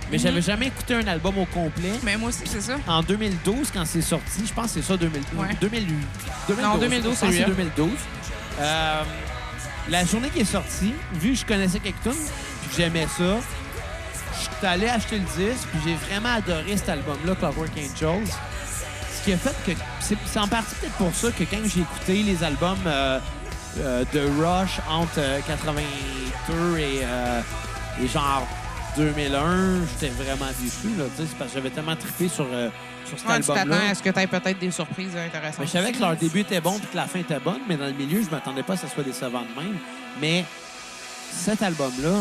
mais Mhm. j'avais jamais écouté un album au complet. Mais moi aussi, c'est ça. En 2012, quand c'est sorti, je pense que c'est ça, 2000, Ouais. 2008. 2012. Non, 2012, je pense que celui-là. c'est 2012. Euh, la journée qui est sortie, vu que je connaissais quelques tunes, puis que j'aimais ça, je suis allé acheter le disque, puis j'ai vraiment adoré cet album-là, Clockwork Angels. Ce qui a fait que... C'est c'est en partie peut-être pour ça que quand j'ai écouté les albums euh, euh, de Rush entre euh, 82 et, euh, et genre 2001, j'étais vraiment déçu. là, tu sais, C'est parce que j'avais tellement trippé sur, euh, sur cet Ouais, tu album-là. t'attends à ce que tu aies peut-être des surprises intéressantes. Mais je savais que leur début était bon puis que la fin était bonne, mais dans le milieu, je m'attendais pas à ce que ça soit décevant de même. Mais cet album-là,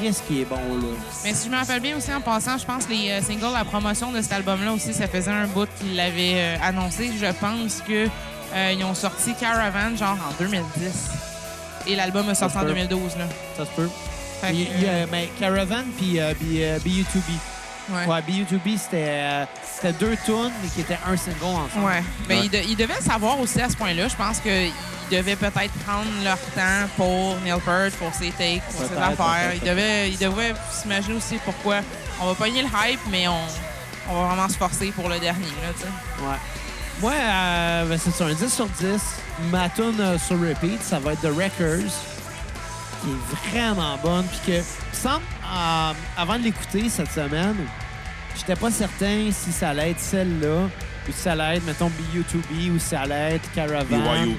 qu'est-ce qui est bon, là? Mais si je me rappelle bien aussi, en passant, je pense que les euh, singles, la promotion de cet album-là aussi, ça faisait un bout qu'ils l'avaient euh, annoncé. Je pense que euh, ils ont sorti Caravan, genre, en 2010. Et l'album a sorti Ça en se peut. 2012, là. Ça se peut. Fait que, euh, Il- il y a- mais Caravan puis euh, puis, euh, B.U.2B. ouais. Ouais, B.U.2B, c'était euh, c'était deux tunes, mais qui étaient un single ensemble. Ouais. Ben, Ouais. Ils, de- ils devaient le savoir aussi à ce point-là. Je pense qu'ils devaient peut-être prendre leur temps pour Neil Peart, pour ses takes, pour ses Peut-être, affaires. Ils peut-être, devaient, ils devaient s'imaginer aussi pourquoi on va pogner le hype, mais on, on va vraiment se forcer pour le dernier. Là, tu sais. Ouais. Moi, euh, ben, c'est sur un 10 sur 10. Ma tune euh, sur repeat, ça va être The Wreckers, qui est vraiment bonne. Puis que, il me semble, euh, avant de l'écouter cette semaine, j'étais pas certain si ça allait être celle-là, ou si ça allait être, mettons, BU2B, ou si ça allait être Caravan,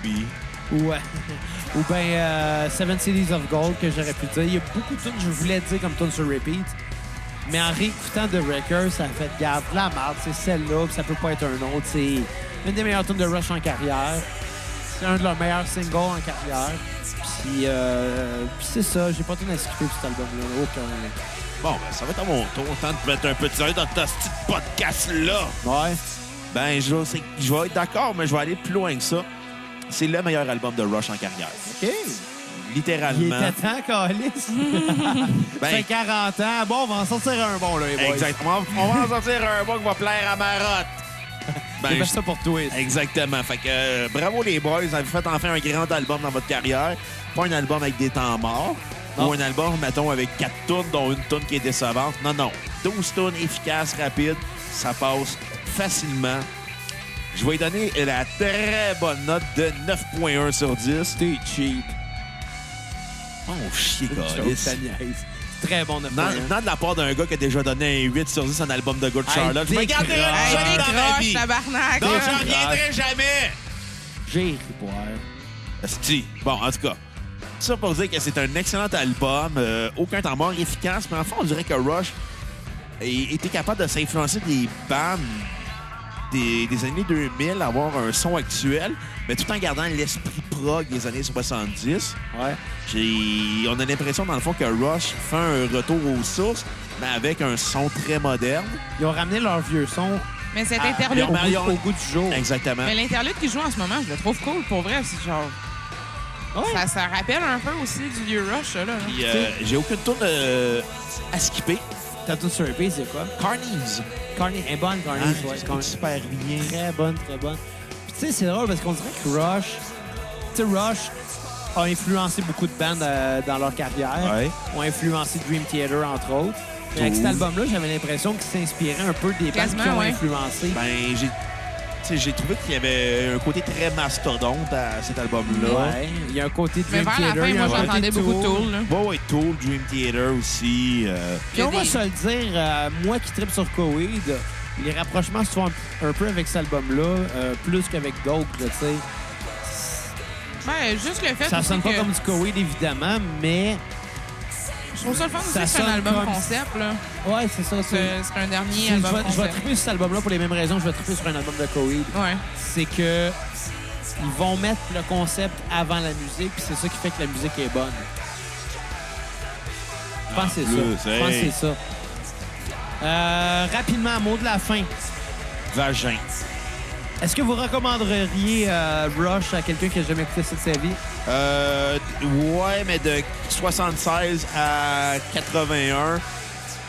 BYOB. ou, euh, ou bien euh, Seven Cities of Gold, que j'aurais pu dire. Il y a beaucoup de tunes que je voulais dire comme tune sur repeat. Mais en réécoutant The Wrecker, ça a fait garde la marde, c'est celle-là, puis ça peut pas être un autre. C'est une des meilleures tunes de Rush en carrière. C'est un de leurs meilleurs singles en carrière. Puis, euh, puis c'est ça, j'ai pas tout à skipper pour cet album-là. Aucun. Bon, ben, ça va être à mon tour. Temps de te mettre un peu de sérieux dans ta petite podcast-là. Ouais. Ben, je, vais- c'est- je vais être d'accord, mais je vais aller plus loin que ça. C'est le meilleur album de Rush en carrière. OK. Il Littéralement. était temps, Calis. Ça fait Ben, 40 ans. Bon, on va en sortir un bon, là, les boys. exactement. On va en sortir un mot qui va plaire à Marotte. J'ai Ben, fait ça pour toi. Exactement. Fait que euh, bravo les boys, vous avez fait enfin un grand album dans votre carrière. Pas un album avec des temps morts. Non. Ou un album, mettons, avec quatre tunes, dont une tune qui est décevante. Non, non. 12 tunes efficaces, rapides. Ça passe facilement. Je vais lui donner la très bonne note de 9.1 sur 10. T'es cheap. Oh, chier, Joke, câlisse. ça niaise. Très bon Non, affaire. non, de la part d'un gars qui a déjà donné un 8 sur 10 à un album de Good Hey, Charlotte. Je me décroche. garderai Ah, Hey, j'en ai jamais dans ma décroche, vie. tabarnak! Non, hein. j'en reviendrai jamais. J'ai ri boire. Asti. Bon, en tout cas, ça pour dire que c'est un excellent album, euh, aucun temps mort, efficace, mais en fait, on dirait que Rush a- était capable de s'influencer des bandes des, des années 2000, avoir un son actuel, mais tout en gardant l'esprit prog des années 70. Ouais. J'ai- On a l'impression, dans le fond, que Rush fait un retour aux sources, mais avec un son très moderne. Ils ont ramené leur vieux son Mais cet Ah, au interlude. Marion- goût, au goût du jour. Exactement. Mais l'interlude qu'ils jouent en ce moment, je le trouve cool pour vrai. C'est genre. Ouais. Ça, ça rappelle un peu aussi du vieux Rush, ça, là. hein. Puis, euh, J'ai aucune tourne à skipper. T'as tout sur repeat, c'est quoi? Carnies. Carney est bonne, Carney. Ah, ouais, c'est Carney. super bien. Très bonne, très bonne. Puis tu sais, c'est drôle parce qu'on dirait que Rush... Tu sais, Rush a influencé beaucoup de bandes euh, dans leur carrière. Ouais. Ont influencé Dream Theater, entre autres. Mais avec Tout. cet album-là, j'avais l'impression qu'ils s'inspiraient un peu des bandes Quasiment, qui ont ouais. influencé. Ben, j'ai. tu sais, j'ai trouvé qu'il y avait un côté très mastodonte à cet album-là. ouais. Il y a un côté Mais Dream vers la Theater, fin, il y a moi, un j'entendais côté beaucoup de Tool. Tool, là. Bon, ouais, Tool, Dream Theater aussi. euh, Puis on Il y a va des- se le dire, euh, moi qui tripe sur Koweïd, les rapprochements se font un, un peu avec cet album-là, euh, plus qu'avec d'autres, là, tu sais. Ben, juste le fait Ça aussi sonne pas que- comme du Koweït, évidemment, mais... Je trouve ça le fun aussi ça que c'est un sonne album comme- concept, là. Ouais, c'est ça. c'est- C'est c'est un c'est- dernier Je album vais, je vais concept. triper sur cet album-là pour les mêmes raisons que je vais triper sur un album de Koweït. Ouais. C'est que ils vont mettre le concept avant la musique, puis c'est ça qui fait que la musique est bonne. Je pense que c'est plus, ça. Je pense que hey. c'est ça. Euh, rapidement, mot de la fin. Vagin. Est-ce que vous recommanderiez euh, Rush à quelqu'un qui n'a jamais écouté ça de sa vie? Euh, ouais, mais de 76 à 81,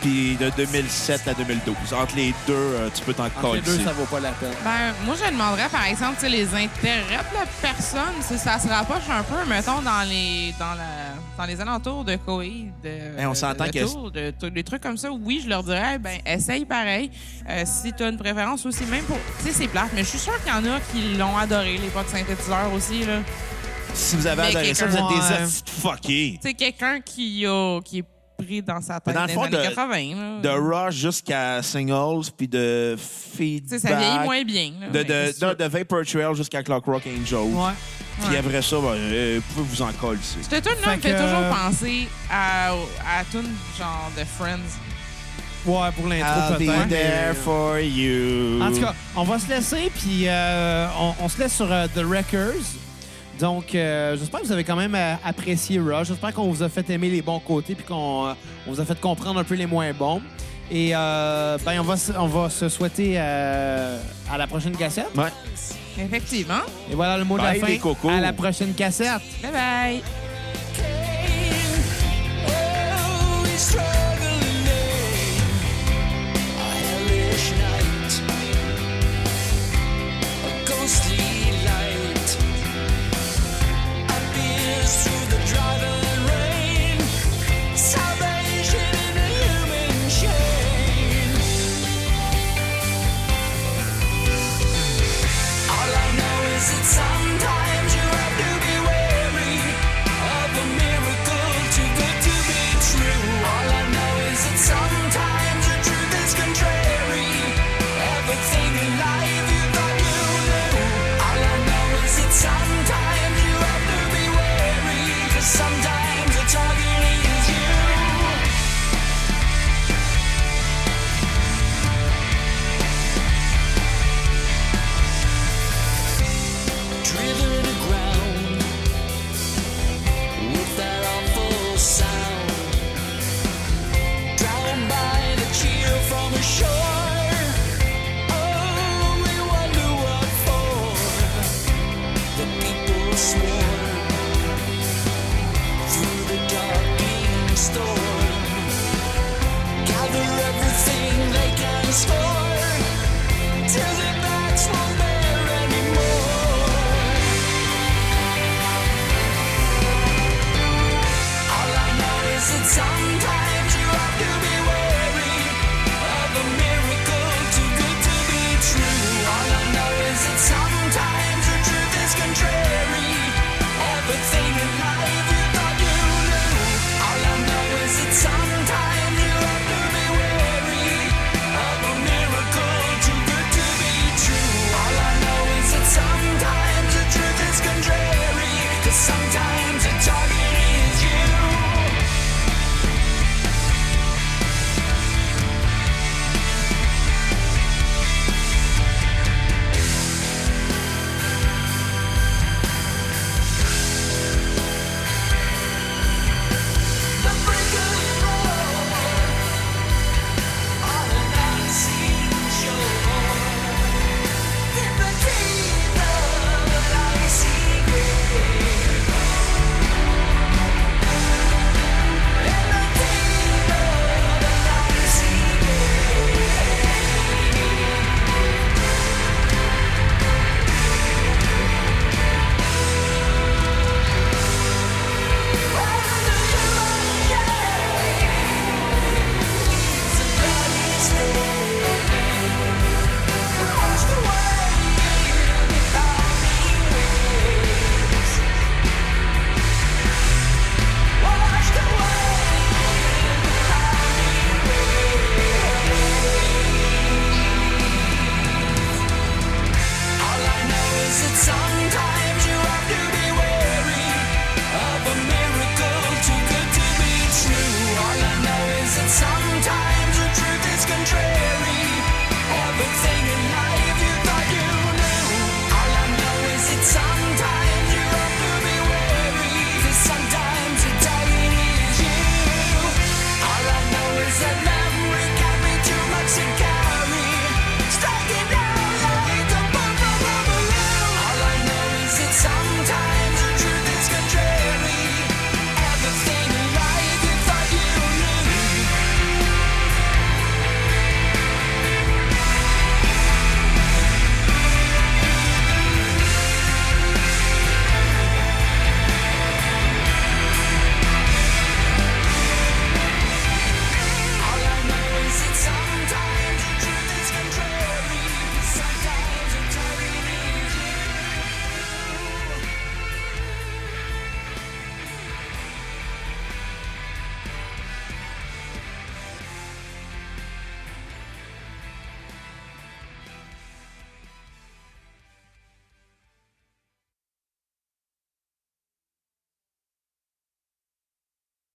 puis de 2007 à 2012. Entre les deux, euh, tu peux t'en Entre les coller. deux, ça vaut pas la peine. Ben, moi, je demanderais, par exemple, tu sais, les intérêts de la personne, si ça se rapproche un peu, mettons, dans les, dans la, dans les alentours de Coïd. De, Ben, on s'entend de que- tour, de- de- Des trucs comme ça, oui, je leur dirais, ben, essaye pareil. Euh, si tu as une préférence aussi, même pour. Tu sais, c'est plate, mais je suis sûre qu'il y en a qui l'ont adoré, les potes synthétiseurs aussi, là. Si vous avez Mais adoré ça, vous êtes quelqu'un- des Ouais. artistes fuckés. Tu sais, quelqu'un qui, a- qui est pris dans sa Mais tête dans le des fond, années de- 80, là. De Rush jusqu'à Singles, puis de Feedback. Tu sais, ça vieillit moins bien, Ah, là. De, mais de, de, c'est sûr. de Vapor Trail jusqu'à Clockwork Angel. Ouais. Puis Ouais. après ça, ben, euh, vous pouvez vous en coller. ici. Cette tune-là Fait me fait que- euh, toujours penser à, à la tune genre de Friends. Ouais, pour l'intro, I'll be peut-être. euh, there for you. En tout cas, on va se laisser, puis euh, on, on se laisse sur euh, The Wreckers. Donc, euh, j'espère que vous avez quand même euh, apprécié Rush. J'espère qu'on vous a fait aimer les bons côtés, puis qu'on euh, on vous a fait comprendre un peu les moins bons. Et euh, ben, on va, se- on va se souhaiter euh, à la prochaine cassette. Ouais. Effectivement. Et voilà le mot de Bye, la les fin. cocos. À la prochaine cassette. Bye bye. Oh, he's struggling a hellish night, a ghostly light appears through the driving rain. Salvation in a human chain. All I know is that sometimes you have to be wary of a miracle too good to be true. All I know is that sometimes the truth is contrary. Everything in life you thought you knew. All I know is that sometimes you have to be wary. 'cause sometimes the target is you. driven aground with that awful sound. Drowned by the cheer from the shore. Oh, we wonder what for. The people swore through the darkening storm. Gather everything they can score. Till the backs won't bear anymore. All I know is that sometimes you have to be wary of a miracle too good to be true. All I know is that sometimes the truth is contrary. Everything in life you thought you knew. All I know is that sometimes you have to be wary of a miracle too good to be true. All I know is that sometimes the truth is contrary. 'Cause sometimes it's all you